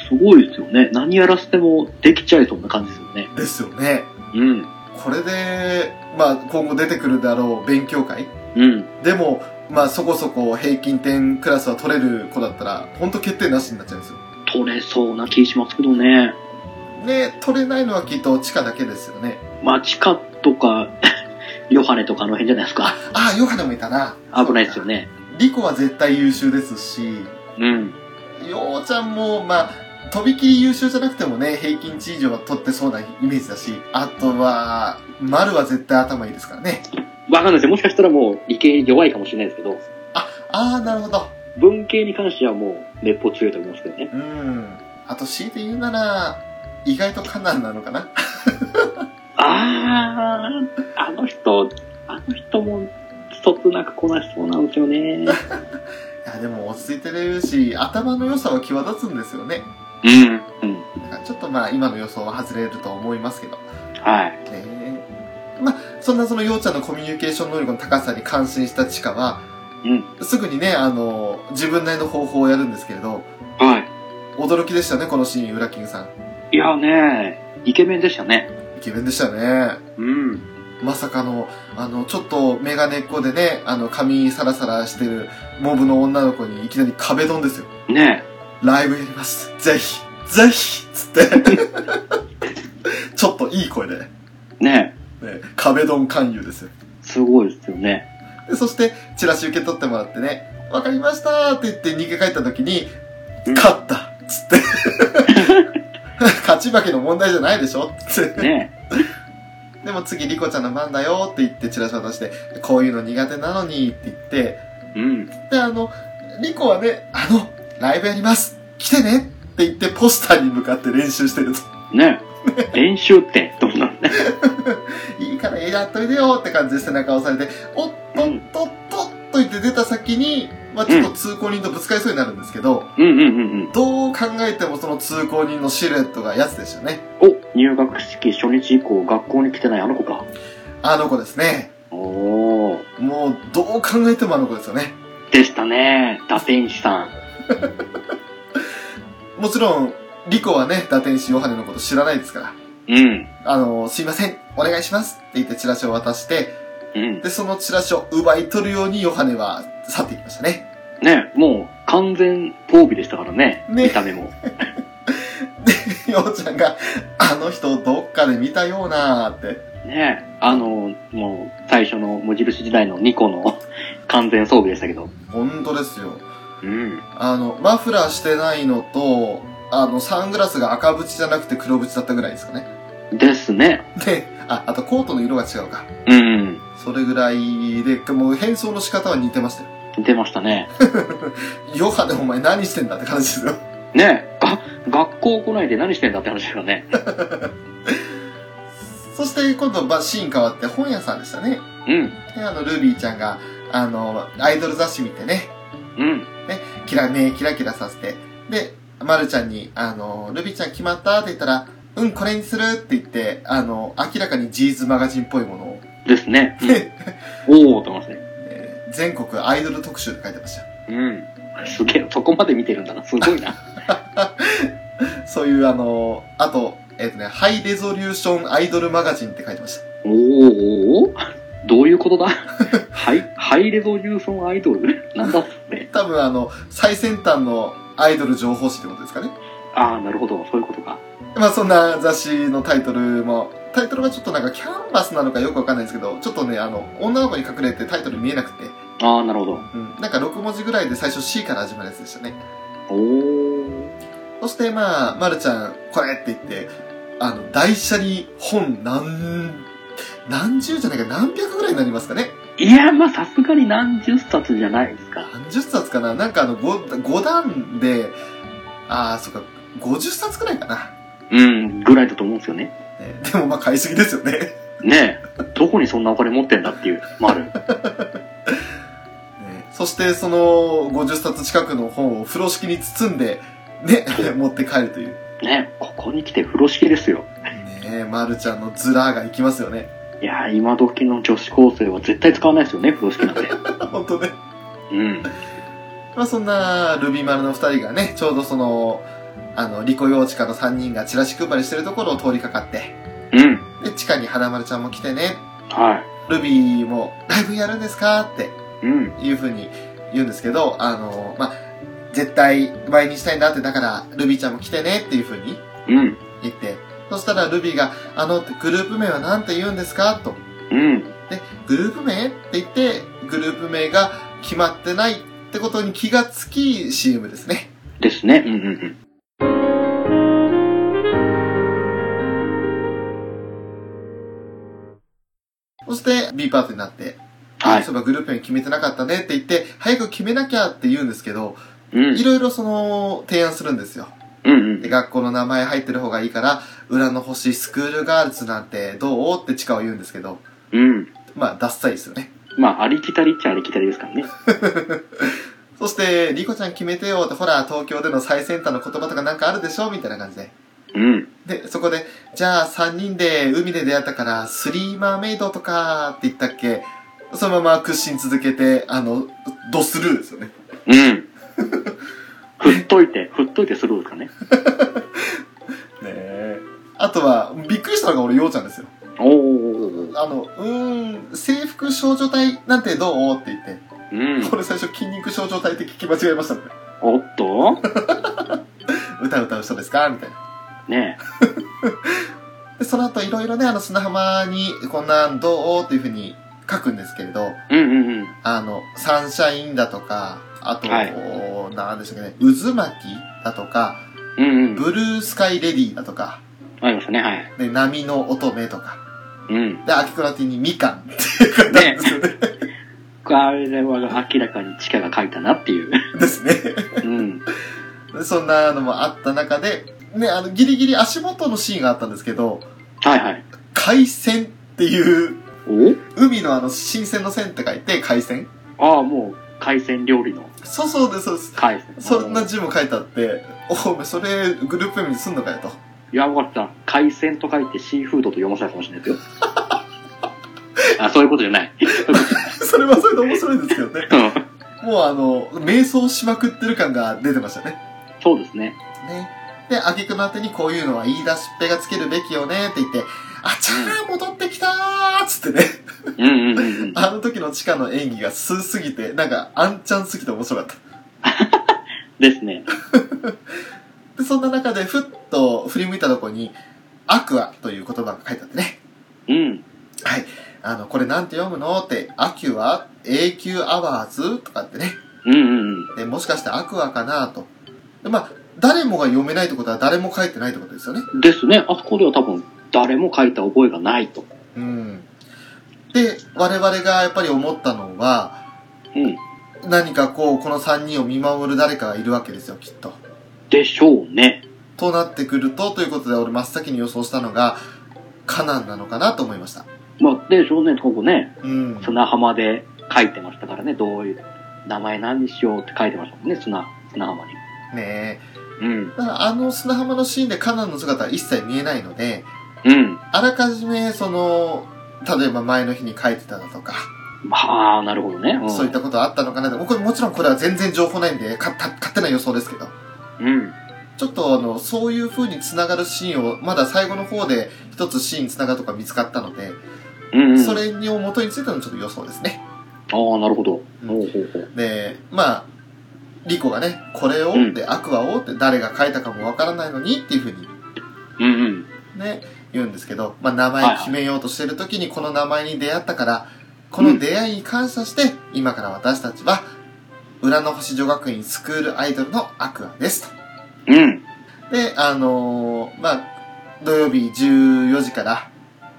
Speaker 3: すごいですよね。何やらせてもできちゃいそうな感じですよね。
Speaker 2: ですよね。
Speaker 3: うん。
Speaker 2: これで、まあ今後出てくるだろう勉強会。
Speaker 3: うん。
Speaker 2: でも、まあそこそこ平均点クラスは取れる子だったら、ほんと欠点なしになっちゃうんですよ。
Speaker 3: 取れそうな気しますけどね。
Speaker 2: ね取れないのはきっと地下だけですよね。
Speaker 3: まあ、地下とか、 [laughs] ヨハネとかあの辺じゃないですか。
Speaker 2: ああ、ヨハネもいたな。
Speaker 3: 危ないですよ
Speaker 2: ね。
Speaker 3: ね。
Speaker 2: リコは絶対優秀ですし、
Speaker 3: うん。
Speaker 2: ようちゃんも、まあ、とびきり優秀じゃなくてもね、平均値以上は取ってそうなイメージだし、あとは、丸は絶対頭いいですからね。
Speaker 3: わかんないですよ。もしかしたらもう理系に弱いかもしれないですけど、
Speaker 2: あー、なるほど。
Speaker 3: 文系に関してはもうめっぽう強いと思いますけどね。
Speaker 2: うん。あと、強いて言うなら、意外とカナンなのかな
Speaker 3: あー、あの人、あの人も一つなくこなしそうなんですよね。
Speaker 2: いや、でも落ち着いてるし、頭の良さは際立つんですよね。
Speaker 3: うん。う
Speaker 2: だ
Speaker 3: ん。
Speaker 2: からちょっとまあ、今の予想は外れると思いますけど。
Speaker 3: はい。
Speaker 2: ねまあ、そんなそのようちゃんのコミュニケーション能力の高さに感心したチカは、
Speaker 3: うん。
Speaker 2: すぐにね、あの、自分なりの方法をやるんですけれど、
Speaker 3: は
Speaker 2: 驚きでしたね、このシーン、ウラキングさん。
Speaker 3: い。いやね、イケメンでしたね。
Speaker 2: イケメンでしたね。
Speaker 3: うん。
Speaker 2: まさかの、あの、ちょっとメガネっ子でね、あの、髪サラサラしてるモブの女の子にいきなり壁ドンですよ。
Speaker 3: ね
Speaker 2: ライブやります。ぜひ、ぜひつって。 [laughs] ちょっといい声で、ね、
Speaker 3: え、ね
Speaker 2: 壁ドン勧誘ですよ。
Speaker 3: え、すごいですよね。
Speaker 2: でそして、チラシ受け取ってもらってね、わかりましたーって言って逃げ帰った時に、
Speaker 3: うん
Speaker 2: 勝ったつって。 [laughs] 勝ち負けの問題じゃないでしょつって。
Speaker 3: ね
Speaker 2: でも次、リコちゃんの番だよって言ってチラシ渡して、こういうの苦手なのにって言って、
Speaker 3: え、うん。
Speaker 2: で、あの、リコはね、あの、ライブやります来てねって言ってポスターに向かって練習してると。 [laughs]
Speaker 3: ねえ、練習って、どんなんね。
Speaker 2: いいからやっといでよって感じで背中を押されて、おっとっとっとっと言って出た先に、まあちょっと通行人とぶつかりそうになるんですけど、
Speaker 3: うんうんうんうん。
Speaker 2: どう考えてもその通行人のシルエットがやつでしたね。
Speaker 3: お、入学式初日以降学校に来てないあの子か。
Speaker 2: あの子ですね。
Speaker 3: おー、
Speaker 2: もう、どう考えてもあの子ですよね。
Speaker 3: でしたね。打天使さん。
Speaker 2: もちろん、リコはね、打天使ヨハネのこと知らないですから。
Speaker 3: うん。
Speaker 2: あの、すいません、お願いしますって言ってチラシを渡して、
Speaker 3: うん。
Speaker 2: で、そのチラシを奪い取るようにヨハネは去っていきましたね。 [laughs]
Speaker 3: ねえ、もう完全防備でしたからね。
Speaker 2: ね
Speaker 3: 見た目も。
Speaker 2: ようちゃんが、あの人どっかで見たようなーって。
Speaker 3: ねえ、あの、もう最初の無印時代の2個の [laughs] 完全装備でしたけど。
Speaker 2: 本当ですよ。
Speaker 3: うん。
Speaker 2: あの、マフラーしてないのと、あの、サングラスが赤縁じゃなくて黒縁だったぐらいですかね。
Speaker 3: ですね。
Speaker 2: で、あ、あとコートの色が違うか。
Speaker 3: うん。
Speaker 2: それぐらいで、もう変装の仕方は似てましたよ。
Speaker 3: 出ましたね。
Speaker 2: ヨハネお前何してんだって感じですよ。
Speaker 3: ねえ、が、学校来ないで何してんだって話だよね。
Speaker 2: そして今度、ばシーン変わって本屋さんでしたね。
Speaker 3: うん。
Speaker 2: で、あの、ルービーちゃんが、あの、アイドル雑誌見てね、
Speaker 3: うん。
Speaker 2: キラ、目キラキラさせて、で、まるちゃんに、あの、ルビーちゃん決まったって言ったら、うん、これにするって言って、あの、明らかにジーズマガジンっぽいものを、
Speaker 3: ですね。
Speaker 2: で
Speaker 3: うん、おーと思いますね。
Speaker 2: えー全国アイドル特集って書いてましたよ。
Speaker 3: うん。すげえ、そこまで見てるんだな。すごいな。
Speaker 2: そういう、あの、あと、えっ、とね、ハイレゾリューションアイドルマガジンって書いてました。
Speaker 3: おーおーどういうことだハイ、ハイレゾリューションアイドルなんだっすね。
Speaker 2: 多分あの、最先端のアイドル情報誌ってことですかね。
Speaker 3: ああ、なるほど。そういうことか。
Speaker 2: まあそんな雑誌のタイトルも、タイトルがちょっとなんかキャンバスなのかよくわかんないんですけど、ちょっとね、あの、女の子に隠れてタイトル見えなくて、
Speaker 3: ああ、なるほど。
Speaker 2: うん、なんか6文字ぐらいで最初 C から始まるやつでしたね。
Speaker 3: おー。
Speaker 2: そしてまあ、まるちゃん、これって言って、あの、台車に本何、何十じゃないか何百ぐらいになりますかね。
Speaker 3: いや、まあ、さすがに何十冊じゃないですか。
Speaker 2: 何十冊かななんかあの5、5段で、ああ、そっか、50冊くらいかな。
Speaker 3: うん、ぐらいだと思うんですよね。
Speaker 2: ねでもまあ買いすぎですよね。
Speaker 3: ねえ、どこにそんなお金持ってんだっていう、丸。
Speaker 2: ねそしてその50冊近くの本を風呂敷に包んで、ね、 [laughs] 持って帰るという。
Speaker 3: ねえ、ここに来て風呂敷ですよ。
Speaker 2: ねえ、まるちゃんのズラーがいきますよね。
Speaker 3: いやー、今時の女子高生は絶対使わないですよね、風呂敷なんて。
Speaker 2: 本当ね。
Speaker 3: うん。
Speaker 2: まあそんなルビーマルの二人がね、ちょうどその、あの、リコ幼稚家の三人がチラシ配りしてるところを通りかかって、
Speaker 3: うん。
Speaker 2: で、地下に花丸ちゃんも来てね、
Speaker 3: は
Speaker 2: ルビーもライブやるんですかって
Speaker 3: い。うん。
Speaker 2: いうふうに言うんですけど、あの、まあ、絶対倍にしたいんだって、だからルビーちゃんも来てねっていうふうに
Speaker 3: うん。
Speaker 2: 言って、そしたらルビーが、あの、グループ名は何て言うんですかと。
Speaker 3: うん。
Speaker 2: グループ名って言って、グループ名が決まってないってことに気がつき、CM ですね。
Speaker 3: ですね。うんうんうん。
Speaker 2: そして B パートになって、
Speaker 3: はい。
Speaker 2: そういえばグループ名決めてなかったねって言って、早く決めなきゃって言うんですけど、
Speaker 3: うん
Speaker 2: い。ろいろその、提案するんですよ。
Speaker 3: うん
Speaker 2: で、学校の名前入ってる方がいいから、裏の星スクールガールズなんてどうってチカは言うんですけど、
Speaker 3: うん。うん。
Speaker 2: まあ、ダッサいですよね。
Speaker 3: まあ、ありきたりっちゃありきたりですからね。
Speaker 2: そして、リコちゃん決めてよって、ほら、東京での最先端の言葉とかなんかあるでしょみたいな感じで。
Speaker 3: うん。
Speaker 2: で、そこで、じゃあ3人で海で出会ったから、スリーマーメイドとかって言ったっけそのまま屈伸続けて、あの、ドスルーですよね。
Speaker 3: うん。振っといて、振っといてスルーですかね。
Speaker 2: ねえ。あとは、びっくりしたのが俺、ようちゃんですよ。
Speaker 3: おー。
Speaker 2: あの、うーん、制服少女隊なんてどうって言って、
Speaker 3: うん。
Speaker 2: これ最初筋肉少女隊って聞き間違えましたね。
Speaker 3: おっと
Speaker 2: 歌歌う人ですかみたいな。
Speaker 3: ね
Speaker 2: で、その後いろいろね、あの砂浜にこんなんどうっていうふうに書くんですけれど、
Speaker 3: え。うんうんうん。
Speaker 2: あの、サンシャインだとか、あと、
Speaker 3: は
Speaker 2: なんでしたっけね、渦巻きだとか、
Speaker 3: うんうん。
Speaker 2: ブルースカイレディだとか、
Speaker 3: ありましたね、はい。
Speaker 2: で、波の乙女とか、
Speaker 3: うん。
Speaker 2: で、秋倉ティにみかんっていう方な
Speaker 3: [laughs]
Speaker 2: んですよね。
Speaker 3: あれは明らかに地下が書いたなっていう。
Speaker 2: ですね。 [laughs]
Speaker 3: うん。
Speaker 2: そんなのもあった中で、ね、あの、ギリギリ足元のシーンがあったんですけど、
Speaker 3: はいはい。
Speaker 2: 海鮮っていう、
Speaker 3: お
Speaker 2: 海のあの、新鮮の線って書いて海鮮
Speaker 3: ああ、もう、海鮮料理の
Speaker 2: そうそうです、そうです。
Speaker 3: 海鮮。
Speaker 2: そんな字も書いてあって、おめそれ、グループ名にすんのかよと。 [laughs]
Speaker 3: いや、わかった。海鮮と書いてシーフードと読ませたかもしれないですよ。 [laughs] あ、そういうことじゃない。 [laughs]
Speaker 2: それはそれで面白いですけどね。
Speaker 3: うん
Speaker 2: もうあの、瞑想しまくってる感が出てましたね。
Speaker 3: そうですね。
Speaker 2: ね。で、あげくのあてにこういうのは言い出しっぺがつけるべきよねって言って、あちゃー戻ってきたーっつってね。
Speaker 3: うんうんうんうん。
Speaker 2: あの時のチカの演技がすすぎて、なんか、あんちゃんすぎて面白かった。
Speaker 3: ですね。
Speaker 2: で、そんな中で、ふっと振り向いたとこに、アクアという言葉が書いてあってね。
Speaker 3: うん。
Speaker 2: はい。あの、これなんて読むのって、アキュア永久アワーズとかってね。
Speaker 3: うんうんうん。
Speaker 2: で、もしかしてアクアかなと。でまあ、誰もが読めないってことは誰も書いてないってことですよね。
Speaker 3: ですね。あそこでは多分、誰も書いた覚えがないと。
Speaker 2: うん。で、我々がやっぱり思ったのは、
Speaker 3: うん。
Speaker 2: 何かこう、この3人を見守る誰かがいるわけですよ、きっと。
Speaker 3: でしょうね。
Speaker 2: となってくると、ということで俺真っ先に予想したのが、カナンなのかなと思いました。
Speaker 3: まあ、でしょうね。ここね、
Speaker 2: うん。
Speaker 3: 砂浜で書いてましたからね。どういう、名前何にしようって書いてましたもんね。砂、砂浜に。
Speaker 2: ねえ。
Speaker 3: うん。
Speaker 2: だからあの砂浜のシーンでカナンの姿は一切見えないので、
Speaker 3: うん。
Speaker 2: あらかじめ、その、例えば前の日に書いてただとか、
Speaker 3: はあ、なるほどね。うん、
Speaker 2: そういったことあったのかなと。これもちろんこれは全然情報ないんで、かた勝手な予想ですけど。
Speaker 3: うん。
Speaker 2: ちょっとあの、そういう風に繋がるシーンを、まだ最後の方で一つシーン繋がるとか見つかったので、
Speaker 3: うん、うん。
Speaker 2: それにを元についてのちょっと予想ですね。
Speaker 3: ああ、なるほど。
Speaker 2: うん
Speaker 3: ほうほうほう。
Speaker 2: で、まあ、リコがね、これを、
Speaker 3: うん
Speaker 2: で、アクアをって誰が書いたかもわからないのにっていう風に
Speaker 3: うんうん。
Speaker 2: ね、言うんですけど、まあ、名
Speaker 3: はい
Speaker 2: 前
Speaker 3: はい
Speaker 2: 決めようとしてる時にこの名前に出会ったから、この出会いに感謝して、今から私たちは、裏の星女学院スクールアイドルのアクアですと。
Speaker 3: うん。
Speaker 2: で、あのーまあ、土曜日14時から、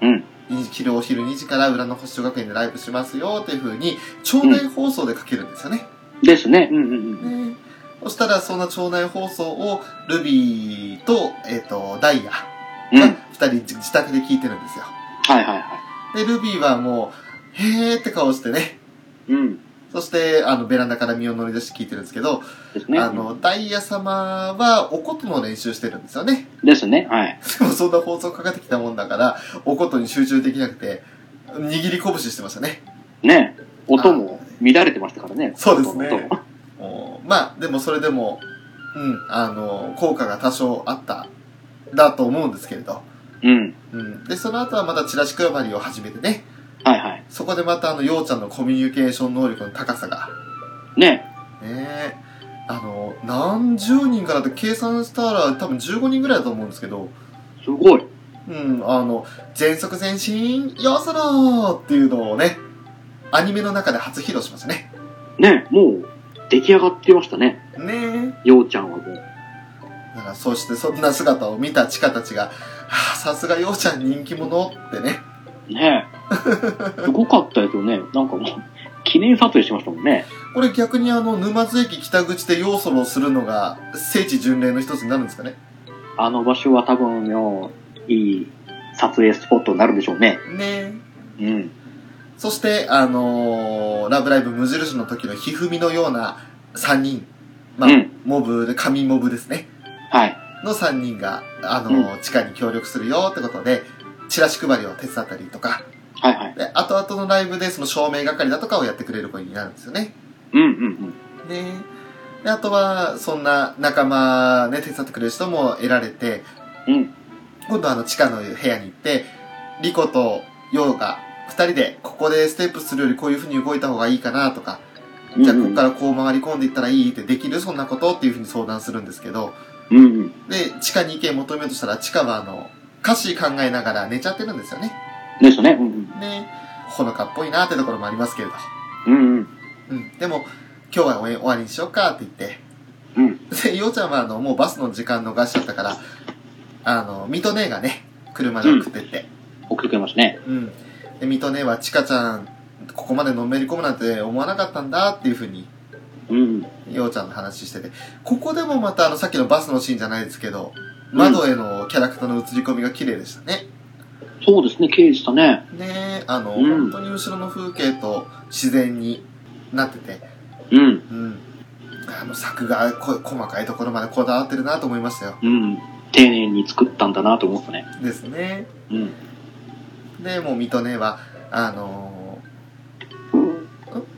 Speaker 3: うん
Speaker 2: 昼お昼2時から裏の星女学院でライブしますよっていう風に、町内放送でかけるんですよね。
Speaker 3: ですね。うんうん
Speaker 2: ねそしたら、そんな町内放送を、ルビーと、えっ、と、ダイヤ
Speaker 3: うん。うん。は
Speaker 2: が
Speaker 3: い
Speaker 2: 二人自宅で聞いてるんですよ。
Speaker 3: はいは
Speaker 2: で、ルビーはもう、へーって顔してね。
Speaker 3: い。うん。
Speaker 2: そして、あの、ベランダから身を乗り出して聞いてるんですけど、
Speaker 3: ですね。
Speaker 2: あの、ダイヤ様は、おことの練習してるんですよね。
Speaker 3: ですね。はい。
Speaker 2: でも、そんな放送かかってきたもんだから、おことに集中できなくて、握り拳してましたね。
Speaker 3: ね。音も乱れてましたからね。
Speaker 2: そうですね
Speaker 3: 音の音も
Speaker 2: おまあ、でもそれでも、うん、あの、効果が多少あった、だと思うんですけれど。
Speaker 3: うん。
Speaker 2: うん。で、その後はまたチラシ配りを始めてね。
Speaker 3: はいはい。
Speaker 2: そこでまた、あの、ようちゃんのコミュニケーション能力の高さが
Speaker 3: ね。
Speaker 2: ねえあの何十人からって計算したら多分15人ぐらいだと思うんですけど
Speaker 3: すごい。
Speaker 2: うんあの全速前進よそろーっていうのをねアニメの中で初披露しましたね
Speaker 3: ね。もう、出来上がってましたね。
Speaker 2: ね
Speaker 3: ようちゃんはもう。
Speaker 2: えなんかそうしてそんな姿を見たチカたちが「はあさすがようちゃん人気者」ってね [laughs]
Speaker 3: ねえ。すごかったですよね。なんかもう、記念撮影してましたもんね。
Speaker 2: これ逆にあの、沼津駅北口で要素をするのが聖地巡礼の一つになるんですかね。
Speaker 3: あの場所は多分よ、いい撮影スポットになるでしょうね。
Speaker 2: ね
Speaker 3: うん。
Speaker 2: そして、あのーラブライブ無印の時のひふみのような3人。まあ、
Speaker 3: うん
Speaker 2: モブで、神モブですね。
Speaker 3: はい。
Speaker 2: の3人が、あのー地下に協力するよってことで、チラシ配りを手伝ったりとか、
Speaker 3: はいはい。
Speaker 2: で、後々のライブでその照明係だとかをやってくれる子になるんですよね。
Speaker 3: うんうんうん。
Speaker 2: ねで、あとは、そんな仲間ね、手伝ってくれる人も得られて、
Speaker 3: うん。
Speaker 2: 今度はあの地下の部屋に行って、リコとヨウが二人でここでステップするよりこういう風に動いた方がいいかなとか、じゃあここからこう回り込んでいったらいいってできるそんなことっていう風に相談するんですけど、
Speaker 3: うんうん。
Speaker 2: で、地下に意見求めようとしたら地下はあの、歌詞考えながら寝ちゃってるんですよね。
Speaker 3: ですね。うん
Speaker 2: ねほのかっぽいなってところもありますけれど。
Speaker 3: うん。うんうん。
Speaker 2: うん。でも、今日は終わりにしようかって言って、
Speaker 3: うん。
Speaker 2: で、ようちゃんは、あの、もうバスの時間逃しちゃったから、あの、ミト姉がね、車で送ってって。
Speaker 3: 送ってくれましたね。
Speaker 2: うん。で、ミト姉は、チカちゃん、ここまでのめり込むなんて思わなかったんだっていうふうに、
Speaker 3: うんうん。
Speaker 2: ようちゃんの話してて、ここでもまた、あの、さっきのバスのシーンじゃないですけど、窓へのキャラクターの映り込みが綺麗でしたね。
Speaker 3: そうですね、刑事したね。
Speaker 2: ねあの、
Speaker 3: うん
Speaker 2: 本当に後ろの風景と自然になってて、
Speaker 3: うん。
Speaker 2: うん。あの、作画、こ細かいところまでこだわってるなと思いましたよ。
Speaker 3: うん。丁寧に作ったんだなと思ったね。
Speaker 2: ですね。
Speaker 3: うん。
Speaker 2: で、もう水戸姉は、あのー、ん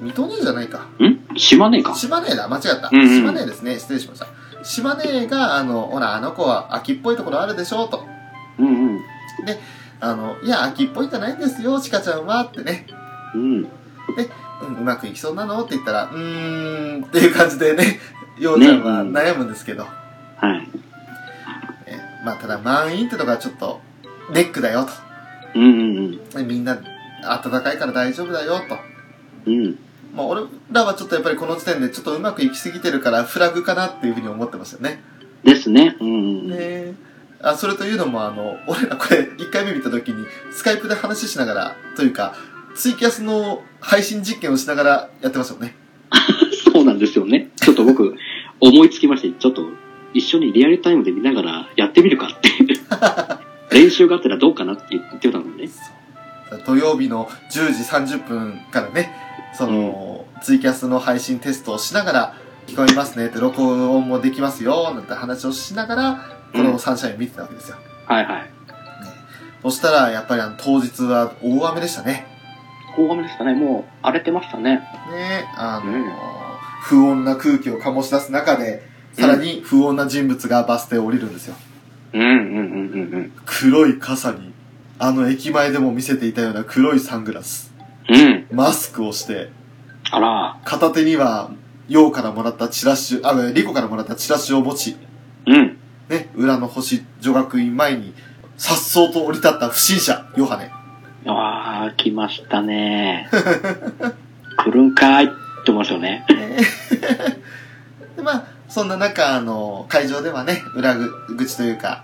Speaker 2: 水戸姉じゃないか。
Speaker 3: ん島根か。
Speaker 2: 島根だ、間違った。
Speaker 3: うんうん
Speaker 2: 島根ですね、失礼しました。島根が、あの、ほら、あの子は秋っぽいところあるでしょうと。
Speaker 3: うんうん。
Speaker 2: あの、いや、秋っぽいんじゃないんですよ、ちかちゃんは、ってね。
Speaker 3: うん。
Speaker 2: うん、うまくいきそうなのって言ったら、うーん、っていう感じでね、ようちゃんは
Speaker 3: ね
Speaker 2: 悩むんですけど。
Speaker 3: はい。
Speaker 2: えまあ、ただ、満員ってのがちょっと、ネックだよ、
Speaker 3: うんうん
Speaker 2: と。でみんな、暖かいから大丈夫だよ、と。
Speaker 3: うん。うん。
Speaker 2: まあ、俺らはちょっとやっぱりこの時点でちょっとうまくいきすぎてるからフラグかなっていうふうに思ってましたよね。
Speaker 3: ですね。うんうん。
Speaker 2: ねあそれというのもあの、俺らこれ1回目見た時にスカイプで話しながらというか、ツイキャスの配信実験をしながらやってましたもんね。
Speaker 3: そうなんですよね。ちょっと僕、思いつきまして、ちょっと一緒にリアルタイムで見ながらやってみるか [laughs] って。練習があったらどうかなって言ってたもんね。
Speaker 2: 土曜日の10時30分からね、その、ツイキャスの配信テストをしながら、聞こえますねって録音もできますよ、なんて話をしながら、このサンシャイン見てたわけですよ。
Speaker 3: はいはい。
Speaker 2: そしたら、やっぱりあの、当日は大雨でしたね。
Speaker 3: 大雨でしたね。もう荒れてましたね。
Speaker 2: ね、あの、
Speaker 3: うん
Speaker 2: 不穏な空気を醸し出す中で、さらに不穏な人物がバス停を降りるんですよ。
Speaker 3: うんうんうんうんうん。
Speaker 2: 黒い傘に、あの駅前でも見せていたような黒いサングラス、
Speaker 3: うん。
Speaker 2: マスクをして、
Speaker 3: あら。
Speaker 2: 片手には、ヨウからもらったチラシ、あの、リコからもらったチラシを持ち、
Speaker 3: うん。
Speaker 2: ね、裏の星女学院前に、颯爽と降り立った不審者、ヨハネ。
Speaker 3: ああ、来ましたね。来るんかいって思いましたよね。
Speaker 2: でまあそんな中あの会場ではね裏口というか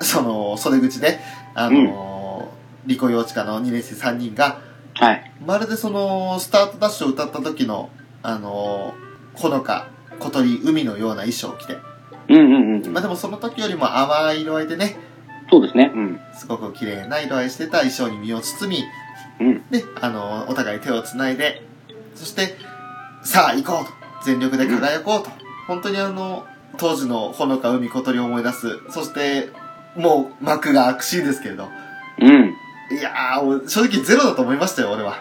Speaker 2: その袖口であの、リコ幼稚科の2年生3人が
Speaker 3: はい。
Speaker 2: まるでそのスタートダッシュを歌った時のあのほのか小鳥海のような衣装を着て、
Speaker 3: うんうんうん
Speaker 2: まあ、。でもその時よりも淡い色合いでね
Speaker 3: そうですね。うん。
Speaker 2: すごく綺麗な色合いしてた衣装に身を包み、
Speaker 3: うん
Speaker 2: であのお互い手をつないでそしてさあ行こうと全力で輝こうと、本当にあの当時のほのか海小鳥を思い出すそしてもう幕が開くシーンですけれど
Speaker 3: うん。
Speaker 2: いやー正直ゼロだと思いましたよ俺は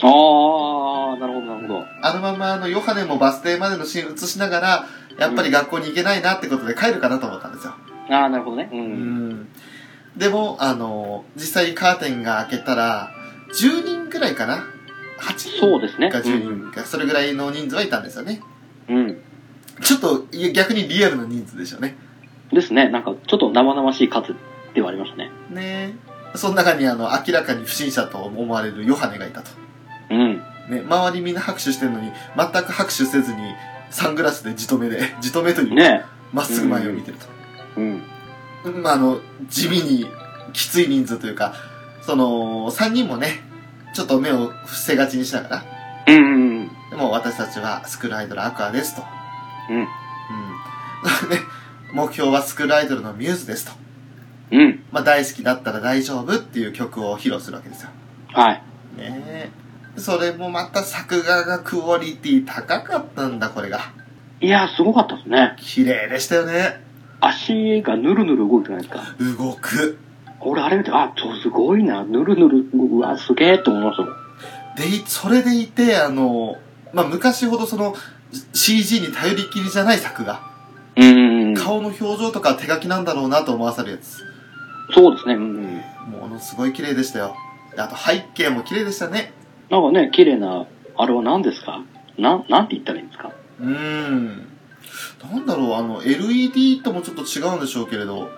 Speaker 3: ああ、なるほどなるほど。
Speaker 2: あのままあのヨハネもバス停までのシーン映しながらやっぱり学校に行けないなってことで帰るかなと思ったんですよ
Speaker 3: ああ、なるほどね。う。
Speaker 2: うんんでも、あの、実際にカーテンが開けたら、10人くらいかな ?8
Speaker 3: そう
Speaker 2: 人
Speaker 3: ですね。
Speaker 2: か10人か、それぐらいの人数はいたんですよね。
Speaker 3: うん。うん。
Speaker 2: ちょっと、いや逆にリアルな人数でしょうね。
Speaker 3: ですね。なんか、ちょっと生々しい数ではありましたね。
Speaker 2: ねえその中に、あの、明らかに不審者と思われるヨハネがいたと。
Speaker 3: うん。
Speaker 2: ね、周りみんな拍手してるのに、全く拍手せずに、サングラスでじとめで、じとめというか、
Speaker 3: ね
Speaker 2: まっすぐ前を見てると。
Speaker 3: え。うん。
Speaker 2: うんまあ、あの、地味にきつい人数というか、その、3人もね、ちょっと目を伏せがちにしながら、
Speaker 3: うんうん
Speaker 2: でも私たちはスクールアイドルアクアですと。
Speaker 3: うん
Speaker 2: うん。ね、目標はスクールアイドルのミューズですと。
Speaker 3: うん。うん。
Speaker 2: まあ大好きだったら大丈夫っていう曲を披露するわけですよ。
Speaker 3: はい。
Speaker 2: ねえ。それもまた作画がクオリティ高かったんだ、これが。
Speaker 3: いやー、すごかったですね。
Speaker 2: 綺麗でしたよね。
Speaker 3: 足がぬるぬる動いてないですか。
Speaker 2: 動く。
Speaker 3: 俺、あれ見て、あ、そうすごいな。ぬるぬる、うわ、すげえと思いましたもん。
Speaker 2: で、それでいて、あの、まあ、昔ほどその、CG に頼りきりじゃない作画。
Speaker 3: うん。
Speaker 2: 顔の表情とか手書きなんだろうなと思わさるやつ。
Speaker 3: そうですね。うん。
Speaker 2: ものすごい綺麗でしたよ。であと背景も綺麗でしたね。
Speaker 3: なんかね、綺麗な、あれは何ですかなん、なんて言ったらいいんですか
Speaker 2: うーん。なんだろう、あの、LED ともちょっと違うんでしょうけれど、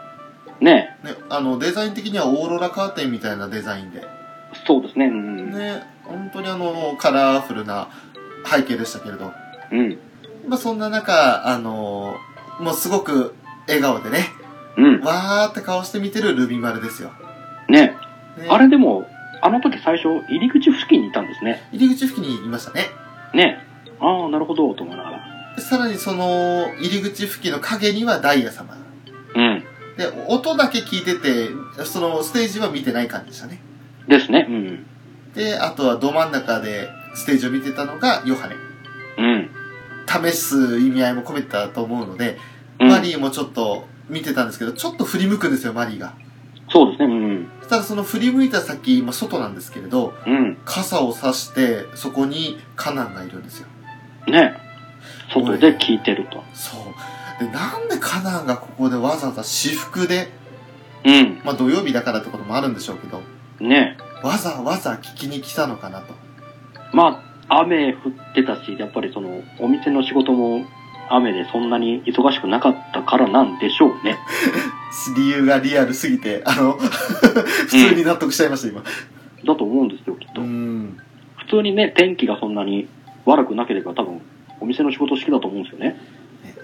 Speaker 3: ね
Speaker 2: ね、あの、デザイン的にはオーロラカーテンみたいなデザインで。
Speaker 3: そうですね。うん。
Speaker 2: ね、本当にあの、カラフルな背景でしたけれど、
Speaker 3: うん。
Speaker 2: まあ、そんな中、あのーもうすごく笑顔でね、
Speaker 3: うん。
Speaker 2: わーって顔して見てるルビマルですよ。
Speaker 3: ね
Speaker 2: ね
Speaker 3: あれでも、あの時最初、入り口付近にいたんですね。
Speaker 2: 入り口付近にいましたね。
Speaker 3: ねああ、なるほど、と思いながら。
Speaker 2: でさらにその、入り口付近の影にはダイヤ様。
Speaker 3: うん。
Speaker 2: で、音だけ聞いてて、そのステージは見てない感じでしたね。
Speaker 3: ですね。うん。
Speaker 2: で、あとはど真ん中でステージを見てたのがヨハネ。
Speaker 3: うん。
Speaker 2: 試す意味合いも込めてたと思うので、
Speaker 3: うん
Speaker 2: マリーもちょっと見てたんですけど、ちょっと振り向くんですよ、マリーが。
Speaker 3: そうですね。うん。
Speaker 2: そしたらその振り向いた先、今外なんですけれど、
Speaker 3: うん。
Speaker 2: 傘を差して、そこにカナンがいるんですよ。
Speaker 3: ね外で聞いてると。
Speaker 2: そう。で、なんでカナンがここでわざわざ私服で、
Speaker 3: うん。
Speaker 2: まあ土曜日だからってこともあるんでしょうけど、
Speaker 3: ね
Speaker 2: わざわざ聞きに来たのかなと。
Speaker 3: まあ、雨降ってたし、やっぱりその、お店の仕事も雨でそんなに忙しくなかったからなんでしょうね。
Speaker 2: 理由がリアルすぎて、あの、 [laughs] 普通に納得しちゃいました、今。
Speaker 3: だと思うんですよ、きっと。
Speaker 2: ん。
Speaker 3: 普通にね、天気がそんなに悪くなければ多分、お店の仕事好きだと思うんですよね。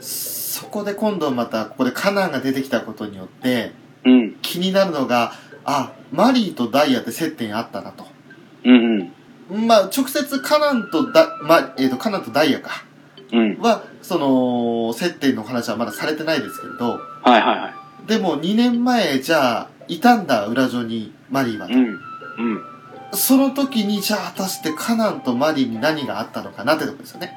Speaker 2: そこで今度また、ここでカナンが出てきたことによって、
Speaker 3: うん。
Speaker 2: 気になるのが、あ、マリーとダイヤって接点あったなと。
Speaker 3: うんうん。
Speaker 2: まあ、直接カナンとダ、まあ、えっ、と、カナンとダイヤか。
Speaker 3: うん。
Speaker 2: は、その、接点の話はまだされてないですけれど、
Speaker 3: はいはいは
Speaker 2: でも2年前、じゃあ、いたんだ、裏女に、マリーはと
Speaker 3: い。うん。うん。
Speaker 2: その時に、じゃあ、果たしてカナンとマリーに何があったのかなってとこですよね。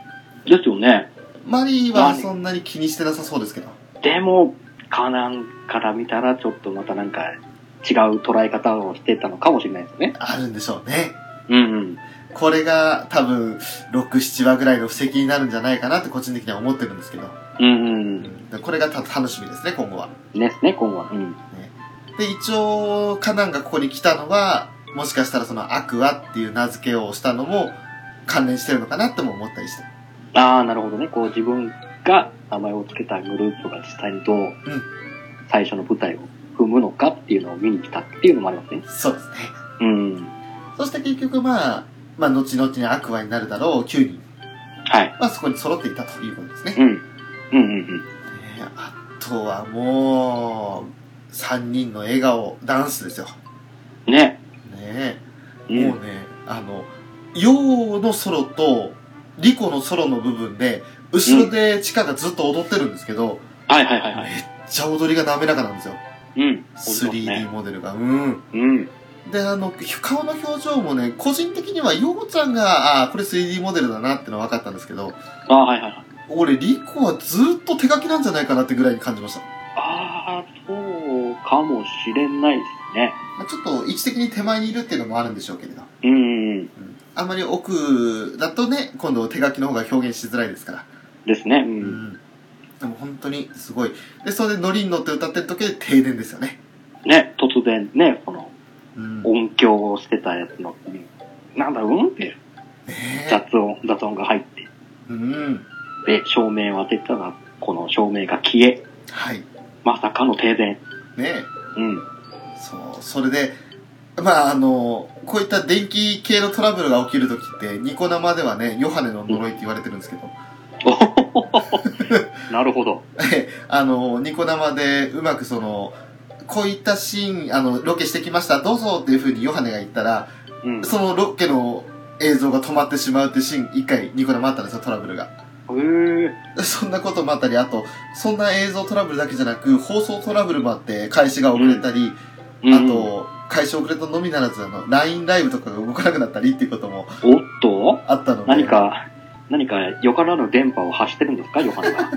Speaker 3: ですよね。
Speaker 2: マリーは
Speaker 3: マリー
Speaker 2: そんなに気にしてなさそうですけど。
Speaker 3: でも、カナンから見たらちょっとまたなんか違う捉え方をしてたのかもしれないですね。
Speaker 2: あるんでしょうね。
Speaker 3: うんうん。
Speaker 2: これが多分、6、7話ぐらいの布石になるんじゃないかなって個人的には思ってるんですけど。
Speaker 3: うん
Speaker 2: う
Speaker 3: うん。
Speaker 2: んこれがた楽しみですね、今後は。
Speaker 3: ですね、今後は。うん。
Speaker 2: で、一応、カナンがここに来たのは、もしかしたらそのアクアっていう名付けをしたのも関連してるのかなっても思ったりして。
Speaker 3: ああ、なるほどね。こう自分が名前を付けたグループが実際にどう最初の舞台を踏むのかっていうのを見に来たっていうのもありますね。
Speaker 2: そうですね。
Speaker 3: うん。
Speaker 2: そして結局まあ、まあ、後々にアクアになるだろう9人。
Speaker 3: はい。
Speaker 2: まあ、そこに揃っていたということですね。
Speaker 3: うん。うんうん
Speaker 2: ねあとはもう、3人の笑顔、ダンスですよ。
Speaker 3: うん。ね。
Speaker 2: ね
Speaker 3: う。
Speaker 2: えもうんね、あの、ヨウのソロと、リコのソロの部分で、後ろでチカがずっと踊ってるんですけど、
Speaker 3: はいはいはいは
Speaker 2: め
Speaker 3: い。
Speaker 2: っちゃ踊りが滑らかなんですよ。
Speaker 3: うん。
Speaker 2: 3D モデルが。うん。
Speaker 3: うん。
Speaker 2: で、あの、顔の表情もね、個人的には、ヨウちゃんが、ああー、これ 3D モデルだなってのは分かったんですけど、
Speaker 3: ああ、はいはいはい。
Speaker 2: 俺、リコはずっと手書きなんじゃないかなってぐらいに感じました。
Speaker 3: ああ、そうかもしれないですね。
Speaker 2: まあちょっと位置的に手前にいるっていうのもあるんでしょうけれど。
Speaker 3: うんうん。
Speaker 2: あんまり奥だとね、今度手書きの方が表現しづらいですから。
Speaker 3: ですね。
Speaker 2: う
Speaker 3: う。
Speaker 2: んん。でも本当にすごい。で、それでノリに乗って歌ってる時で停電ですよね。
Speaker 3: ね、突然ね、この
Speaker 2: うん。ね
Speaker 3: 音響をしてたやつの、うんなんだ、うんって
Speaker 2: え。
Speaker 3: 雑音、雑音が入って、
Speaker 2: うん。
Speaker 3: で、照明を当てたら、この照明が消え、
Speaker 2: はい。ね
Speaker 3: まさかの停電。
Speaker 2: え。
Speaker 3: うん。
Speaker 2: そう、それで、まああの、こういった電気系のトラブルが起きるときって、ニコ生ではね、ヨハネの呪いって言われてるんですけど、
Speaker 3: なるほど。
Speaker 2: あの、ニコ生でうまくその、こういったシーン、あの、ロケしてきました、どうぞっていう風にヨハネが言ったら、
Speaker 3: うん。
Speaker 2: そのロケの映像が止まってしまうっていうシーン、一回、ニコ生あったんですよ、トラブルが。
Speaker 3: へえ。
Speaker 2: そんなこともあったり、あと、そんな映像トラブルだけじゃなく、放送トラブルもあって、開始が遅れたり、
Speaker 3: うん
Speaker 2: あ、と、開始遅れたのみならず、あの、LINE ライブとかが動かなくなったりっていうことも
Speaker 3: おっと
Speaker 2: あったので、
Speaker 3: 何か、何か、よからぬ電波を発してるんですか、ヨハネが。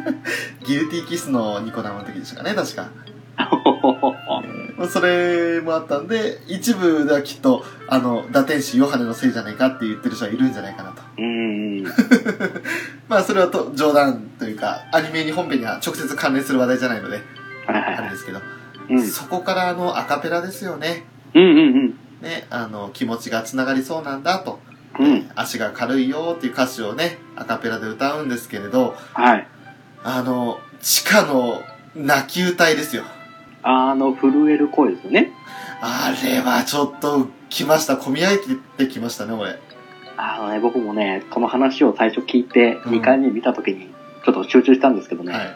Speaker 2: ギルティーキスのニコ生の時でしたかね、確か。
Speaker 3: あ
Speaker 2: まあそれもあったんで、一部ではきっと、あの、打天使ヨハネのせいじゃないかって言ってる人はいるんじゃないかなと。
Speaker 3: [laughs] うん。
Speaker 2: まあ、それはと冗談というか、アニメに本編には直接関連する話題じゃないので、
Speaker 3: はいはい
Speaker 2: あ
Speaker 3: は
Speaker 2: れ
Speaker 3: い。
Speaker 2: ですけど、
Speaker 3: うん。
Speaker 2: そこからあの、アカペラですよね。
Speaker 3: うんうん
Speaker 2: ね、あの、気持ちが繋がりそうなんだと、
Speaker 3: うん。うん。
Speaker 2: 足が軽いよっていう歌詞をね、アカペラで歌うんですけれど、
Speaker 3: はい。
Speaker 2: あの、地下の泣き歌いですよ。
Speaker 3: あの、震える声ですよね。
Speaker 2: あれはちょっと来ました。込み上げてきましたね、俺。
Speaker 3: あのね、僕もね、この話を最初聞いて、
Speaker 2: うん
Speaker 3: 2回目見た時に、ちょっと集中したんですけどね、
Speaker 2: はい。
Speaker 3: あ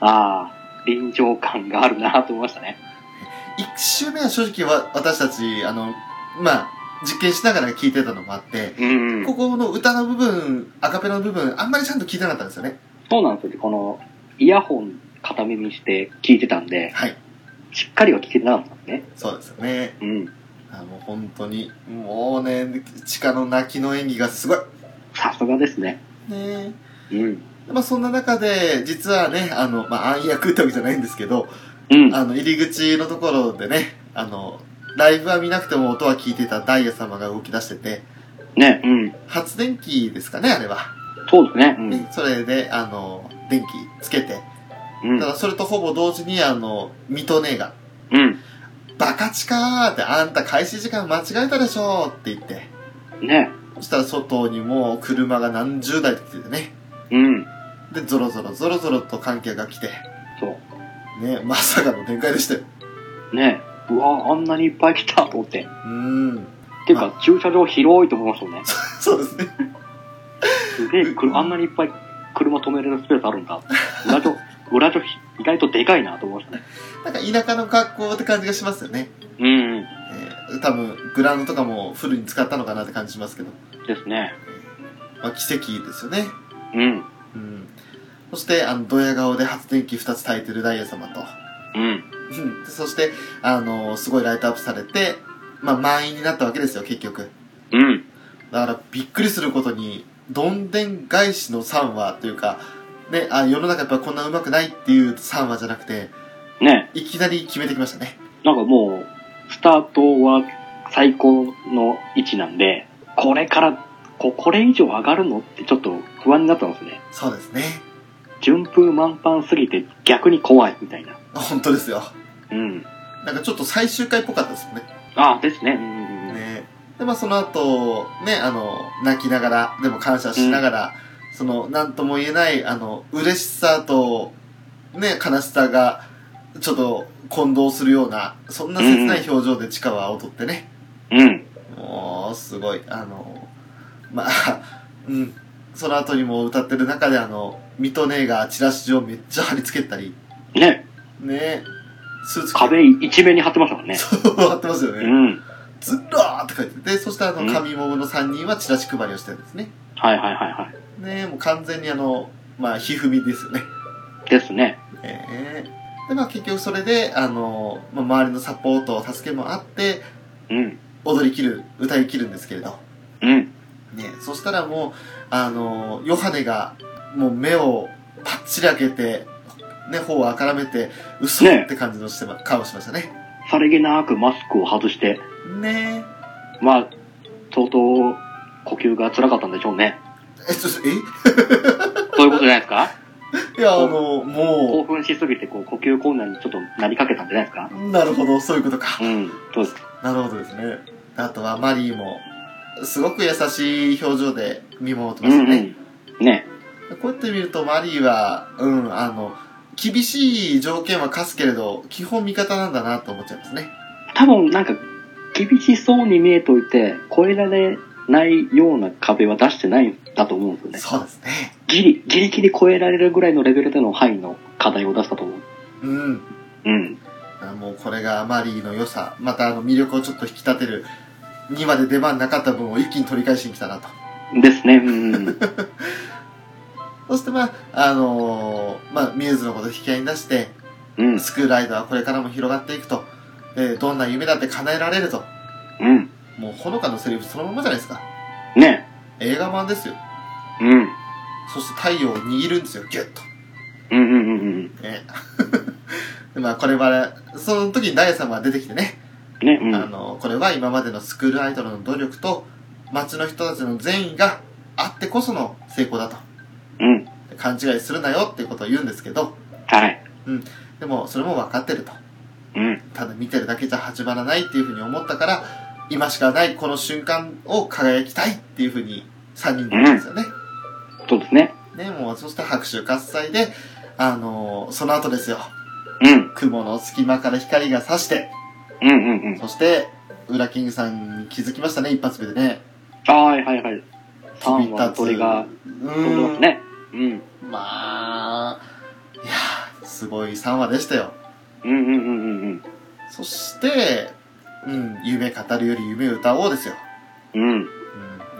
Speaker 3: あ、臨場感があるなと思いましたね。
Speaker 2: 一周目は正直わ私たち、あの、まあ、実験しながら聞いてたのもあって、
Speaker 3: うん
Speaker 2: ここの歌の部分、アカペラの部分、あんまりちゃんと聞いてなかったんですよね。
Speaker 3: そうなんですよ。この、イヤホン片耳して聞いてたんで、
Speaker 2: はい。
Speaker 3: しっかりは聞けてなかったんですね。
Speaker 2: そうですよね。
Speaker 3: うん。
Speaker 2: あもう本当に、もうね、地下の泣きの演技がすごい。
Speaker 3: さすがですね。
Speaker 2: ね
Speaker 3: うん。
Speaker 2: まあそんな中で、実はね、あの、まあ暗躍ってわけじゃないんですけど、
Speaker 3: うん。
Speaker 2: あの、入り口のところでね、あの、ライブは見なくても音は聞いてたダイヤ様が動き出してて、
Speaker 3: ね。うん。
Speaker 2: 発電機ですかね、あれは。
Speaker 3: そうですね。
Speaker 2: ね、それで、あの、電気つけて、
Speaker 3: うん。うん
Speaker 2: ただそれとほぼ同時に、あの、ミトネが、
Speaker 3: うん。
Speaker 2: バカチカーって、あんた開始時間間違えたでしょって言って、
Speaker 3: ね。
Speaker 2: そしたら外にもう車が何十台って来ててね、
Speaker 3: うん。
Speaker 2: で、ゾロゾロゾロゾロと関係が来て、
Speaker 3: そ
Speaker 2: ね、まさかの展開でしたよ。
Speaker 3: う。ね。うわあんなにいっぱい来たと思って。
Speaker 2: う
Speaker 3: っ
Speaker 2: ーん。
Speaker 3: ていうか、駐車場広いと思いましたよね。
Speaker 2: そうですね。
Speaker 3: すげえ、くるあんなにいっぱい車止めれるスペースあるんだ。裏所、裏所意外とでかいなと思いましたね。
Speaker 2: なんか田舎の格好って感じがしますよね。
Speaker 3: うん。
Speaker 2: えー多分、グラウンドとかもフルに使ったのかなって感じしますけど、
Speaker 3: ですね。
Speaker 2: まあ、奇跡ですよね。
Speaker 3: うん。
Speaker 2: うん。そして、あの、ドヤ顔で発電機2つ焚いてるダイヤ様と、
Speaker 3: うん。
Speaker 2: うんそして、あの、すごいライトアップされて、まあ、満員になったわけですよ、結局。
Speaker 3: うん。
Speaker 2: だから、びっくりすることに、どんでん返しの3話というか、ね、あ、世の中やっぱこんな上手くないっていう3話じゃなくて、
Speaker 3: ね。
Speaker 2: いきなり決めてきましたね。
Speaker 3: なんかもう、スタートは最高の位置なんで、これから、ここれ以上上がるのってちょっと不安になったんですね。
Speaker 2: そうですね。
Speaker 3: 順風満帆すぎて逆に怖いみたいな。
Speaker 2: 本当ですよ。
Speaker 3: うん。
Speaker 2: なんかちょっと最終回っぽかったですよね。
Speaker 3: ああ、ですね。うん。
Speaker 2: ねで、まあその後、ね、あの、泣きながら、でも感謝しながら、その、なんとも言えない、あの、嬉しさと、ね、悲しさが、ちょっと混同するような、そんな切ない表情で地下は踊ってね。
Speaker 3: うん。
Speaker 2: もう、すごい、あの、まあ、 [laughs] うん。その後にも歌ってる中で、あの、ミトネがチラシ状めっちゃ貼り付けたり、
Speaker 3: ね。
Speaker 2: ね、スーツ着て
Speaker 3: 壁一面に貼ってましたからね。
Speaker 2: 貼ってますよね。
Speaker 3: うん。
Speaker 2: ずらーって書いてて、そしてあの
Speaker 3: うん、
Speaker 2: 紙ももの3人はチラシ配りをしてるんですね。
Speaker 3: はいはいはいは
Speaker 2: ねえもう完全にあの、まあ、ひふみですよね。
Speaker 3: い。ですね。
Speaker 2: ええで、まあ結局それで、あの、まあ、周りのサポート、助けもあって、
Speaker 3: うん。
Speaker 2: 踊り切る、歌い切るんですけれど。
Speaker 3: うん。
Speaker 2: ねえそしたらもう、あの、ヨハネが、もう目をパッチリ開けて、ね、頬をあからめて、嘘
Speaker 3: ねえ
Speaker 2: って感じのしてま、顔しましたね。
Speaker 3: さりげなくマスクを外して、
Speaker 2: ね
Speaker 3: まあ、相当呼吸が辛かったんでしょうね。
Speaker 2: え。え、ちょっと、え
Speaker 3: そういうことじゃないですか
Speaker 2: いや、あの、
Speaker 3: 興
Speaker 2: も
Speaker 3: 奮しすぎてこう呼吸困難にちょっとなりかけたんじゃないですか
Speaker 2: う、なるほど、そういうことか。
Speaker 3: うん、そうです。
Speaker 2: なるほどですね。あとはマリーも、すごく優しい表情で見守ってましたね。
Speaker 3: うん。ね。
Speaker 2: こうやって見るとマリーは、うん、あの、厳しい条件は課すけれど、基本味方なんだなと思っちゃいますね。
Speaker 3: 多分なんか、厳しそうに見えといて、超えられないような壁は出してないんだと思うんですよね。
Speaker 2: そうですね。
Speaker 3: ギリ、ギリギリ超えられるぐらいのレベルでの範囲の課題を出したと思う。
Speaker 2: うん。
Speaker 3: うん。
Speaker 2: あもうこれがアマリーの良さ、またあの魅力をちょっと引き立てる、2まで出番なかった分を一気に取り返しに来たなと。
Speaker 3: ですね。うん。
Speaker 2: そしてまあ、あのーまあ、ミューズのことを引き合いに出して、
Speaker 3: うん。
Speaker 2: スクールライドはこれからも広がっていくと。で、どんな夢だって叶えられると。
Speaker 3: うん。
Speaker 2: もうほのかのセリフそのままじゃないですか。
Speaker 3: ね。
Speaker 2: 映画版ですよ。
Speaker 3: うん。
Speaker 2: そして太陽を握るんですよ、ギュッと。
Speaker 3: うんうんうんうん。
Speaker 2: ね。 [laughs] でまあ、これは、その時にダイヤ様が出てきてね、
Speaker 3: ね。うん。
Speaker 2: あの、これは今までのスクールアイドルの努力と、街の人たちの善意があってこその成功だと。
Speaker 3: うん。
Speaker 2: 勘違いするなよっていうことを言うんですけど、
Speaker 3: はい。
Speaker 2: でもそれも分かってると。
Speaker 3: うん。
Speaker 2: ただ見てるだけじゃ始まらないっていうふうに思ったから、今しかないこの瞬間を輝きたいっていうふうに3人で言うんですよね。
Speaker 3: そうですね。
Speaker 2: ね、もうそして拍手喝采で、あのその後ですよ。
Speaker 3: うん。
Speaker 2: 雲の隙間から光が差して、
Speaker 3: うんうんうん。
Speaker 2: そして、ウラキングさんに気づきましたね、一発目でね。
Speaker 3: はいはいはい。ターンは
Speaker 2: 飛び
Speaker 3: 鳥
Speaker 2: 立つ
Speaker 3: が
Speaker 2: う
Speaker 3: 飛んでます
Speaker 2: ん。
Speaker 3: ね。うん。
Speaker 2: まあ、いやーすごい3話でしたよ。
Speaker 3: うんうんうんうん
Speaker 2: そして、うん、夢語るより夢歌おうですよ。
Speaker 3: うん。うん。
Speaker 2: うん、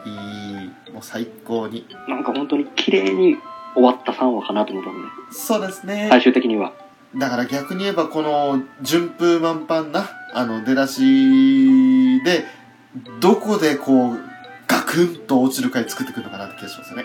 Speaker 2: いい、もう最高に。
Speaker 3: なんか本当に綺麗に終わった3話かなと思ったのね。
Speaker 2: そうですね。
Speaker 3: 最終的には。
Speaker 2: だから逆に言えば、この、順風満帆な、あの、出だしで、どこでこう、ガクンと落ちる回作ってくるのかなって気がしますよね。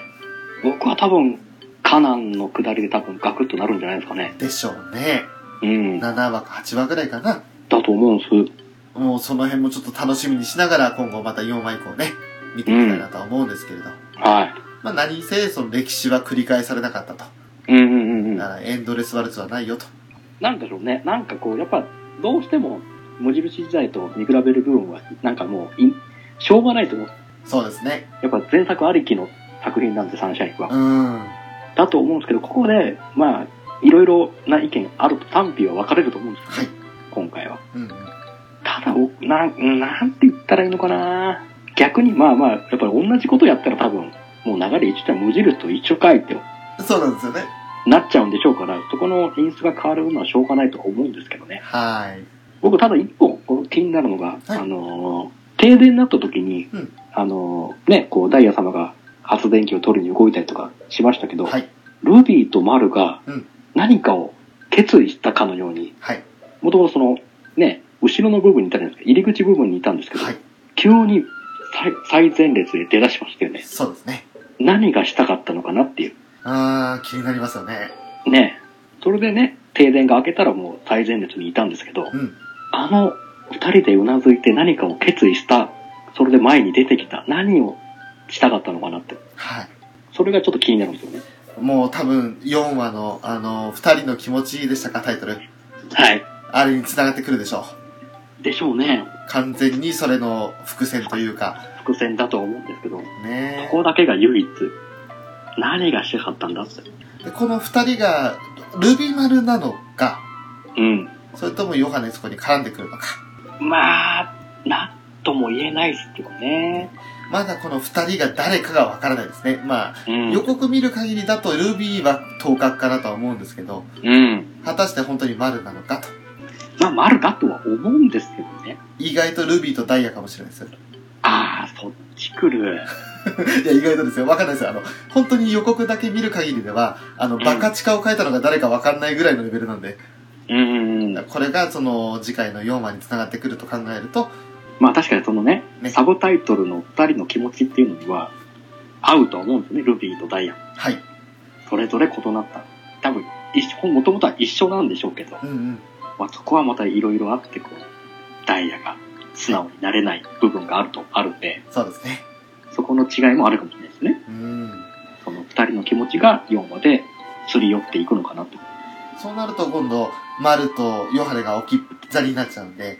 Speaker 3: 僕は多分、カナンの下りで多分ガクッとなるんじゃないですかね。
Speaker 2: でしょうね。
Speaker 3: うん。だ
Speaker 2: 7話か8話ぐらいかな。
Speaker 3: と思うんです。
Speaker 2: もうその辺もちょっと楽しみにしながら、今後また4話以降ね、見ていきたいなとは思うんですけれど。
Speaker 3: は
Speaker 2: まあ何せ、その歴史は繰り返されなかったと。
Speaker 3: い。うんうんうんうん。
Speaker 2: だからエンドレスワルツはないよと。
Speaker 3: なんでしょうね。なんかこう、やっぱ、どうしても、無印時代と見比べる部分は、なんかもうい、しょうがないと思う。
Speaker 2: そうですね。
Speaker 3: やっぱ前作ありきの作品なんで、サンシャインは
Speaker 2: う。ん。
Speaker 3: だと思うんですけど、ここで、まあ、いろいろな意見あると賛否は分かれると思うんですよ、
Speaker 2: はい。
Speaker 3: 今回は。
Speaker 2: うん。
Speaker 3: ただ、おなん、なんて言ったらいいのかな逆に、まあまあ、やっぱり同じことやったら多分、もう流れ一緒じゃ無印と一緒かいって
Speaker 2: そうなんですよね。
Speaker 3: なっちゃうんでしょうから、そこの因数が変わるのはしょうがないとは思うんですけどね。
Speaker 2: はい。
Speaker 3: 僕ただ一個こう気になるのが、
Speaker 2: はい
Speaker 3: あのー停電になった時に、
Speaker 2: うん
Speaker 3: あのーねこうダイヤ様が発電機を取りに動いたりとかしましたけど、
Speaker 2: はい。
Speaker 3: ルビーとマルが
Speaker 2: うん
Speaker 3: 何かを決意したかのように
Speaker 2: はい。
Speaker 3: もともとそのね後ろの部分にいたじゃないですか入り口部分にいたんですけど、
Speaker 2: はい。
Speaker 3: 急に最最前列で出だしましたよね
Speaker 2: そうですね。
Speaker 3: 何がしたかったのかなってい
Speaker 2: あー、気になりますよね。
Speaker 3: うねそれでね停電が明けたらもう最前列にいたんですけど、
Speaker 2: うん。
Speaker 3: あの二人でうなずいて何かを決意した、それで前に出てきた、何をしたかったのかなって。
Speaker 2: はい。
Speaker 3: それがちょっと気になるんですよね。
Speaker 2: もう多分4話の、あの、2人の気持ちでしたか、タイトル。
Speaker 3: はい。
Speaker 2: あれに繋がってくるでしょ
Speaker 3: でしょうね。
Speaker 2: う。完全にそれの伏線というか。
Speaker 3: 伏線だとは思うんですけど、こ
Speaker 2: ね
Speaker 3: こだけが唯一、何がしたかったんだって。
Speaker 2: でこの2人が、ルビマルなのか、
Speaker 3: うん。
Speaker 2: それともヨハネスコに絡んでくるのか。
Speaker 3: まあ、なんとも言えないですけどね。
Speaker 2: まだこの2人が誰かがわからないですね。まあ、
Speaker 3: うん。
Speaker 2: 予告見る限りだとルビーは当格かなとは思うんですけど、
Speaker 3: うん。
Speaker 2: 果たして本当にマルなのかと。
Speaker 3: まあ、丸だとは思うんですけどね。
Speaker 2: 意外とルビーとダイヤかもしれないですよ。
Speaker 3: ああ、そっち来る。
Speaker 2: いや、意外とですよ。わかんないですよ。あの、本当に予告だけ見る限りでは、あの、
Speaker 3: ん
Speaker 2: バカチカを変えたのが誰かわかんないぐらいのレベルなんで、
Speaker 3: うん。
Speaker 2: これがその次回の4話に繋がってくると考えると、
Speaker 3: まあ確かにそのね、
Speaker 2: ね
Speaker 3: サブタイトルの2人の気持ちっていうのには合うとは思うんですよね、ルビーとダイヤ。
Speaker 2: はい。
Speaker 3: それぞれ異なった。多分、一緒、もともとは一緒なんでしょうけど、
Speaker 2: うんうん。
Speaker 3: まあそこはまたいろいろあって、こう、ダイヤが素直になれない部分があると、あるんで、
Speaker 2: そうですね。
Speaker 3: そこの違いもあるかもしれないですね。
Speaker 2: うん。
Speaker 3: その2人の気持ちが4話ですり寄っていくのかなと。
Speaker 2: そうなると今度、マルとヨハネが置き去りになっちゃうんで、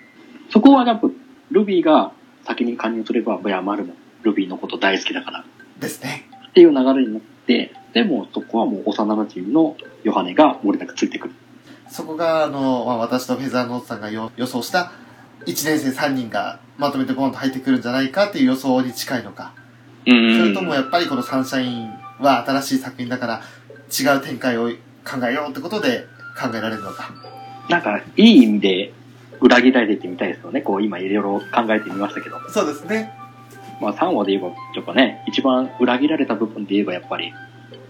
Speaker 3: そこはやっぱ、ルビーが先に加入すれば、いや、マルもルビーのこと大好きだから、
Speaker 2: ですね。
Speaker 3: っていう流れになって、でもそこはもう幼馴染のヨハネが漏れなくついてくる。
Speaker 2: そこが、あの、まあ、私とフェザーノートさんがよ予想した、1年生3人がまとめてボンと入ってくるんじゃないかっていう予想に近いのか。
Speaker 3: う
Speaker 2: それ
Speaker 3: ん
Speaker 2: ともやっぱりこのサンシャインは新しい作品だから、違う展開を考えようってことで考えられるのか。
Speaker 3: なんか、いい意味で裏切られてみたいですよね。こう、今いろいろ考えてみましたけど。
Speaker 2: そうですね。
Speaker 3: まあ、3話で言えば、ちょっとね、一番裏切られた部分で言えば、やっぱり、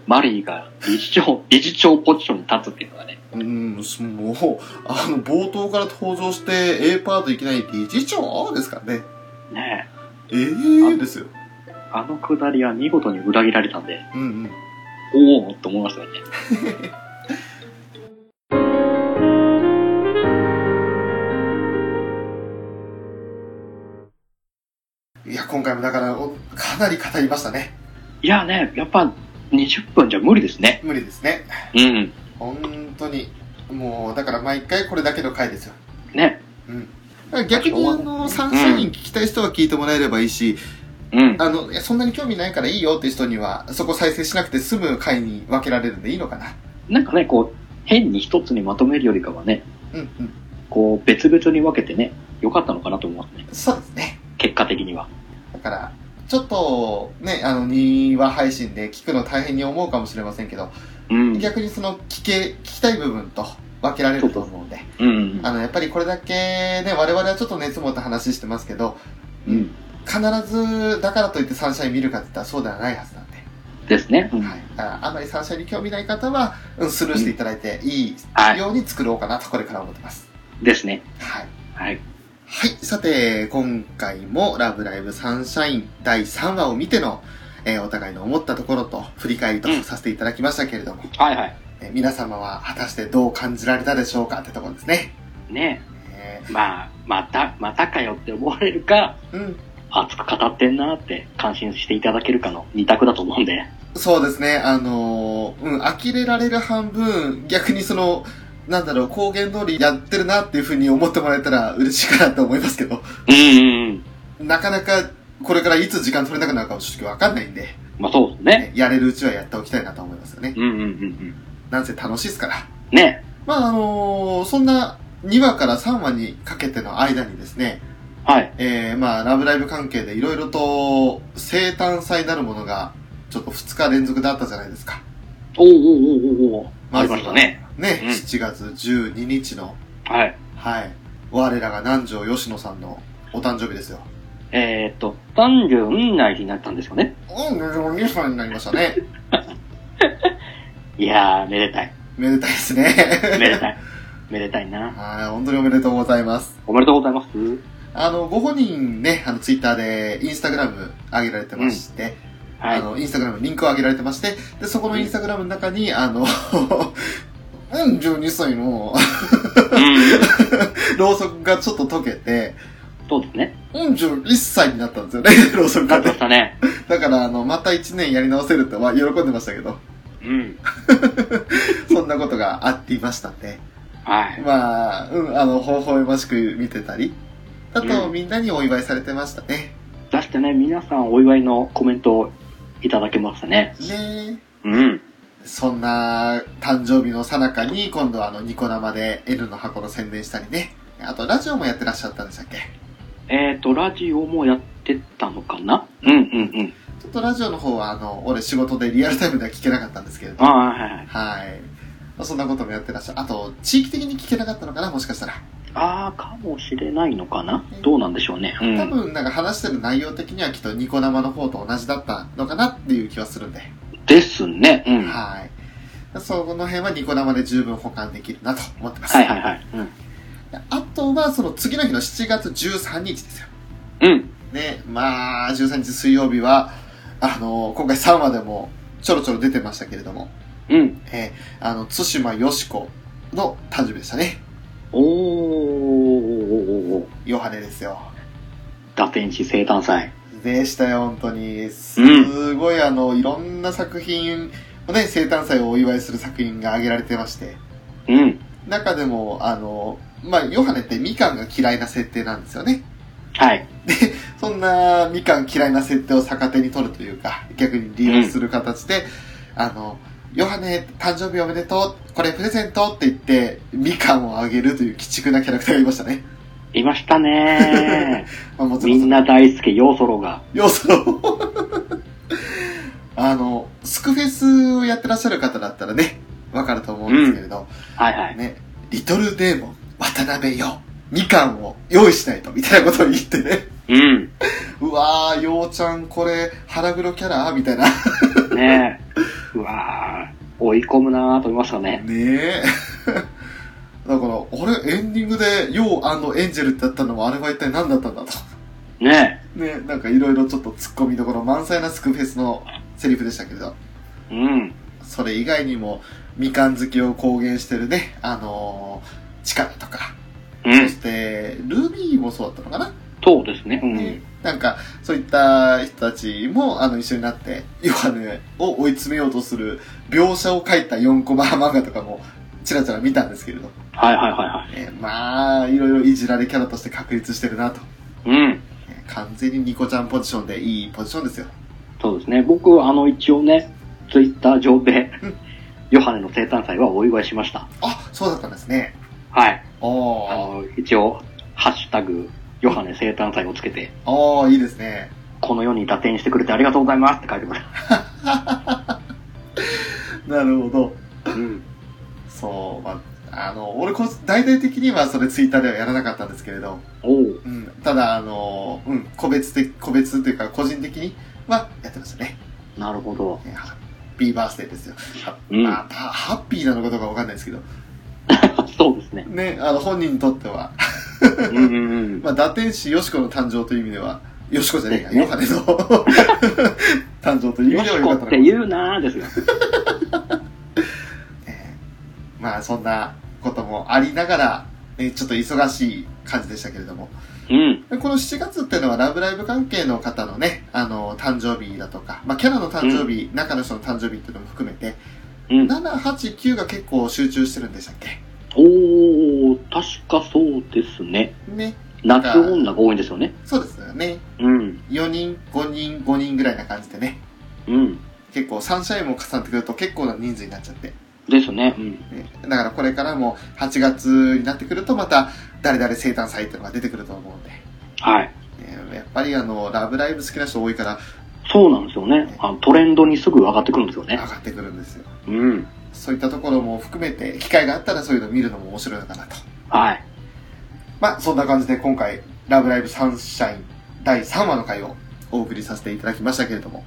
Speaker 3: マリーが理事長、理事長ポジションに立つっていうのがね、
Speaker 2: うん、すもう、あの、冒頭から登場して A パートいきなり理事長ですからね。
Speaker 3: ね
Speaker 2: ええー、ですよ。
Speaker 3: えあのくだりは見事に裏切られたんで、
Speaker 2: うんうん。
Speaker 3: おおと思いましたよね。
Speaker 2: いや、今回もだから、おかなり語りましたね。
Speaker 3: いやね、やっぱ20分じゃ無理ですね。
Speaker 2: 無理ですね。
Speaker 3: うん。
Speaker 2: 本当に。もう、だから毎回これだけの回ですよ。
Speaker 3: ね。
Speaker 2: うん。だから逆に、あの、参照人聞きたい人は聞いてもらえればいいし、
Speaker 3: うん。
Speaker 2: あの、いやそんなに興味ないからいいよって人には、そこ再生しなくて済む回に分けられるんでいいのかな。
Speaker 3: なんかね、こう、変に一つにまとめるよりかはね、
Speaker 2: うんうん。
Speaker 3: こう、別々に分けてね、良かったのかなと思いますね。
Speaker 2: そうですね。
Speaker 3: 結果的には。
Speaker 2: だから、ちょっと、ね、あの、2話配信で聞くの大変に思うかもしれませんけど、
Speaker 3: うん。
Speaker 2: 逆にその、聞け、聞きたい部分と分けられると思うんで、
Speaker 3: うん。
Speaker 2: あの、やっぱりこれだけね、我々はちょっと熱持って話してますけど、
Speaker 3: うん。
Speaker 2: 必ず、だからといってサンシャイン見るかって言ったらそうではないはずなんで、
Speaker 3: ですね。うん
Speaker 2: はい。だからあんまりサンシャインに興味ない方は、うん、スルーしていただいてい
Speaker 3: はいい。
Speaker 2: ように作ろうかなと、これから思ってます。
Speaker 3: ですね。
Speaker 2: はい。
Speaker 3: はい。
Speaker 2: はい。さて、今回もラブライブサンシャイン第3話を見ての、えーお互いの思ったところと振り返りと
Speaker 3: うん
Speaker 2: させていただきましたけれども、
Speaker 3: はいはい。
Speaker 2: えー皆様は果たしてどう感じられたでしょうかってところですね。
Speaker 3: ね
Speaker 2: え
Speaker 3: えまあ、また、またかよって思われるか、
Speaker 2: ーうん。
Speaker 3: 熱く語ってんなって感心していただけるかの二択だと思うんで。
Speaker 2: そうですね、あのーうん、呆れられる半分、逆にその、なんだろう、公言通りやってるなっていうふうに思ってもらえたら嬉しいかなと思いますけど、
Speaker 3: うんうんうん。
Speaker 2: なかなかこれからいつ時間取れなくなるかも正直わかんないんで、
Speaker 3: まあそうですね。
Speaker 2: ねやれるうちはやっておきたいなと思いますよね。
Speaker 3: うんうんうんうん。
Speaker 2: なんせ楽しいですから。
Speaker 3: ね
Speaker 2: まあ、あのーそんな2話から3話にかけての間にですね、
Speaker 3: えはい。
Speaker 2: えー、まあ、ラブライブ関係でいろいろと生誕祭なるものが、ちょっと2日連続であったじゃないですか。
Speaker 3: おうおうおうおうおうあり
Speaker 2: ず
Speaker 3: ましたね。。
Speaker 2: ね、
Speaker 3: うん
Speaker 2: 7月12日の、
Speaker 3: はい。
Speaker 2: はい、我らが南條吉野さんのお誕生日ですよ。
Speaker 3: えーっと、34内になったんですよね。
Speaker 2: うん、吉野さんになりましたね。
Speaker 3: いやー、めでたい。
Speaker 2: めでたいですね。 [laughs]
Speaker 3: めでたい。めでたいな。
Speaker 2: はい、本当におめでとうございます。
Speaker 3: おめでとうございます。
Speaker 2: あの、ご本人ね、あの、ツイッターで、インスタグラム上げられてまして、
Speaker 3: は
Speaker 2: あ
Speaker 3: い。
Speaker 2: の、インスタグラムにリンクを上げられてまして、で、そこのインスタグラムの中に、あの、42歳
Speaker 3: [laughs]
Speaker 2: の
Speaker 3: うん。
Speaker 2: ろうそくがちょっと溶けて、
Speaker 3: そうですね。
Speaker 2: 41歳になったんですよね、 [laughs] ろうそく
Speaker 3: な
Speaker 2: が
Speaker 3: りま [laughs]
Speaker 2: ね
Speaker 3: し。たね。
Speaker 2: だから、あの、また1年やり直せるって、まあ、喜んでましたけど、
Speaker 3: うん。
Speaker 2: そんなことがあっていましたね。
Speaker 3: はい。
Speaker 2: まあ、うん、あの、微笑ましく見てたり、あと、
Speaker 3: うん
Speaker 2: みんなにお祝いされてましたね。
Speaker 3: 出してね、皆さんお祝いのコメントをいただけましたね。
Speaker 2: ね
Speaker 3: うん。
Speaker 2: そんな誕生日の最中に、今度はあの、ニコ生で L の箱の宣伝したりね。あと、ラジオもやってらっしゃったんでしたっけ
Speaker 3: えーっと、ラジオもやってたのかなうんうんうん。
Speaker 2: ちょっとラジオの方は、あの、俺仕事でリアルタイムでは聞けなかったんですけれど。
Speaker 3: あ
Speaker 2: はい。
Speaker 3: あ、はいはい。
Speaker 2: まあそんなこともやってらっしゃる。あと、地域的に聞けなかったのかな、もしかしたら。
Speaker 3: ああ、かもしれないのかなどうなんでしょうね。う
Speaker 2: 多
Speaker 3: ん。
Speaker 2: 分、なんか話してる内容的にはきっとニコ生の方と同じだったのかなっていう気はするんで。
Speaker 3: ですね。うん。は
Speaker 2: はい。そこの辺はニコ生で十分保管できるなと思ってます。
Speaker 3: いはいはい。うん。
Speaker 2: あとは、その次の日の7月13日ですよ。
Speaker 3: うん。
Speaker 2: ね、まあ、13日水曜日は、あの、今回3話でもちょろちょろ出てましたけれども、
Speaker 3: うん。
Speaker 2: えーあの、津島よしこの誕生日でしたね。
Speaker 3: おーおーおーおー。
Speaker 2: ヨハネですよ。
Speaker 3: 打天使生誕祭。
Speaker 2: でしたよ、本当に。すごい、あの、いろんな作品をね、生誕祭をお祝いする作品が挙げられてまして、
Speaker 3: うん。
Speaker 2: 中でも、あの、まあ、ヨハネってみかんが嫌いな設定なんですよね。
Speaker 3: はい。
Speaker 2: そんなみかん嫌いな設定を逆手に取るというか、逆に利用する形で、あの、ヨハネ、誕生日おめでとう、これプレゼントって言って、みかんをあげるという鬼畜なキャラクターがいましたね。
Speaker 3: いましたね
Speaker 2: まあ、もちろ
Speaker 3: み
Speaker 2: んそ
Speaker 3: ん
Speaker 2: の、
Speaker 3: な大好き、ヨーソロが。
Speaker 2: 要素の [laughs] あの、スクフェスをやってらっしゃる方だったらね、わかると思うんですけれど、
Speaker 3: はいはい。
Speaker 2: ね、リトルデーモン、渡辺よ、みかんを用意しないと、みたいなことを言ってね。
Speaker 3: うん。
Speaker 2: うわー、ようちゃんこれ、腹黒キャラみたいな。
Speaker 3: ねえ。うわぁ、追い込むなぁと思いましたね。
Speaker 2: ねえ。 [laughs] だから、あれ、エンディングで、ようエンジェルってあったのも、あれは一体何だったんだと。
Speaker 3: ね
Speaker 2: ね、なんかいろいろちょっと突っ込みどころ満載なスクフェスのセリフでしたけれど、
Speaker 3: え。うん。
Speaker 2: それ以外にも、みかん好きを公言してるね、あのー、チカとか、
Speaker 3: う
Speaker 2: そ
Speaker 3: ん。
Speaker 2: して、ルビーもそうだったのかな、
Speaker 3: そうですね。う
Speaker 2: ね
Speaker 3: ん。
Speaker 2: なんか、そういった人たちも、あの、一緒になって、ヨハネを追い詰めようとする描写を書いた4コマ漫画とかも、ちらちら見たんですけれど、
Speaker 3: はいはいはいは
Speaker 2: ねまあ、いろいろいじられキャラとして確立してるなと。
Speaker 3: い。うん。
Speaker 2: ね完全にニコちゃんポジションでいいポジションですよ。
Speaker 3: そうですね。僕、あの、一応ね、ツイッター上で
Speaker 2: うん、
Speaker 3: ヨハネの生誕祭はお祝いしました。
Speaker 2: あ、そうだったんですね。
Speaker 3: はい。
Speaker 2: お
Speaker 3: あ
Speaker 2: ー
Speaker 3: の、一応、ハッシュタグ、ヨハネ生誕祭をつけて、
Speaker 2: おー、いいですね。
Speaker 3: この世に打点してくれてありがとうございますって書いてまし
Speaker 2: なるほど。
Speaker 3: た。うん。
Speaker 2: そう、まあ、あの、俺こ、大々的にはそれツイッターではやらなかったんですけれど、
Speaker 3: おう。
Speaker 2: うん、ただ、あの、うん、個別的、個別というか、個人的にはやってましたね。
Speaker 3: なるほど。
Speaker 2: ねハッピーバースデーですよ。は
Speaker 3: うん
Speaker 2: あたハッピーなのかどうかわかんないですけど、
Speaker 3: [laughs] そうですね。
Speaker 2: ね、あの、本人にとっては、
Speaker 3: うんうんうん。
Speaker 2: まあ、打天使よしこの誕生という意味では、よしこじゃねえか、
Speaker 3: ね
Speaker 2: ヨハネの [laughs] 誕生という意味で
Speaker 3: よ
Speaker 2: は
Speaker 3: し
Speaker 2: よ
Speaker 3: こ
Speaker 2: かった
Speaker 3: っ
Speaker 2: の
Speaker 3: て
Speaker 2: か
Speaker 3: 言うなーですよ。
Speaker 2: えーまあそんなこともありながら、えーちょっと忙しい感じでしたけれども、
Speaker 3: うん。
Speaker 2: この7月っていうのはラブライブ関係の方のね、あの、誕生日だとか、まあキャラの誕生日、中の人の誕生日っていうのも含めて、
Speaker 3: うん。
Speaker 2: 7、8、9が結構集中してるんでしたっけ
Speaker 3: おー、確かそうですね。
Speaker 2: ね。
Speaker 3: 夏女が多いんですよね。
Speaker 2: そうですよね。
Speaker 3: うん。
Speaker 2: 4人、5人、5人ぐらいな感じでね。
Speaker 3: うん。
Speaker 2: 結構サンシャインも重なってくると結構な人数になっちゃって。
Speaker 3: ですね。うん。
Speaker 2: ねだからこれからも8月になってくるとまた誰々生誕祭っていうのが出てくると思うんで。
Speaker 3: はい。
Speaker 2: ねやっぱりあの、ラブライブ好きな人多いから
Speaker 3: そうなんですよね。あのトレンドにすぐ上がってくるんですよ
Speaker 2: 上
Speaker 3: ね。
Speaker 2: がってくるんですよ。
Speaker 3: うん。
Speaker 2: そういったところも含めて、機会があったらそういうの見るのも面白いのかなと。
Speaker 3: はい。
Speaker 2: まあ、そんな感じで今回、ラブライブサンシャイン第3話の回をお送りさせていただきましたけれども。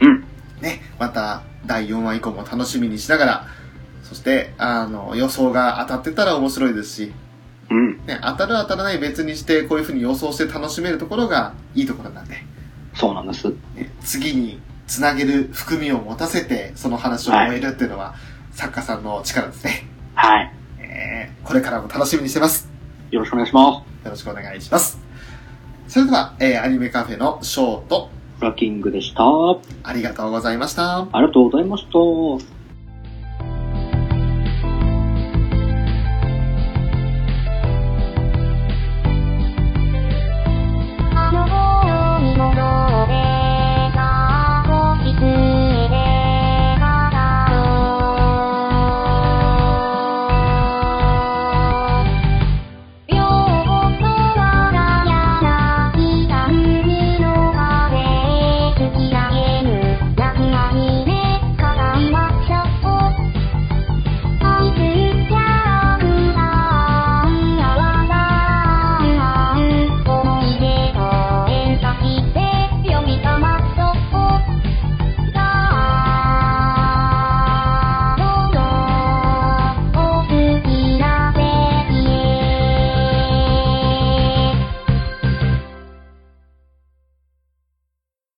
Speaker 3: うん。
Speaker 2: ね、また第4話以降も楽しみにしながら、そして、あの、予想が当たってたら面白いですし、
Speaker 3: うん。
Speaker 2: ね、当たる当たらない別にして、こういう風に予想して楽しめるところがいいところなんで、
Speaker 3: そうなんです。
Speaker 2: ね次につなげる含みを持たせて、その話を終えるっていうのは、作家さんの力ですね。
Speaker 3: はい。
Speaker 2: えーこれからも楽しみにしてます。
Speaker 3: よろしくお願いしま
Speaker 2: よろしくお願いします。それでは、えーアニメカフェのショート、
Speaker 3: す。ラッキングでした。あ
Speaker 2: ありがとうございました。
Speaker 3: りがとうございました。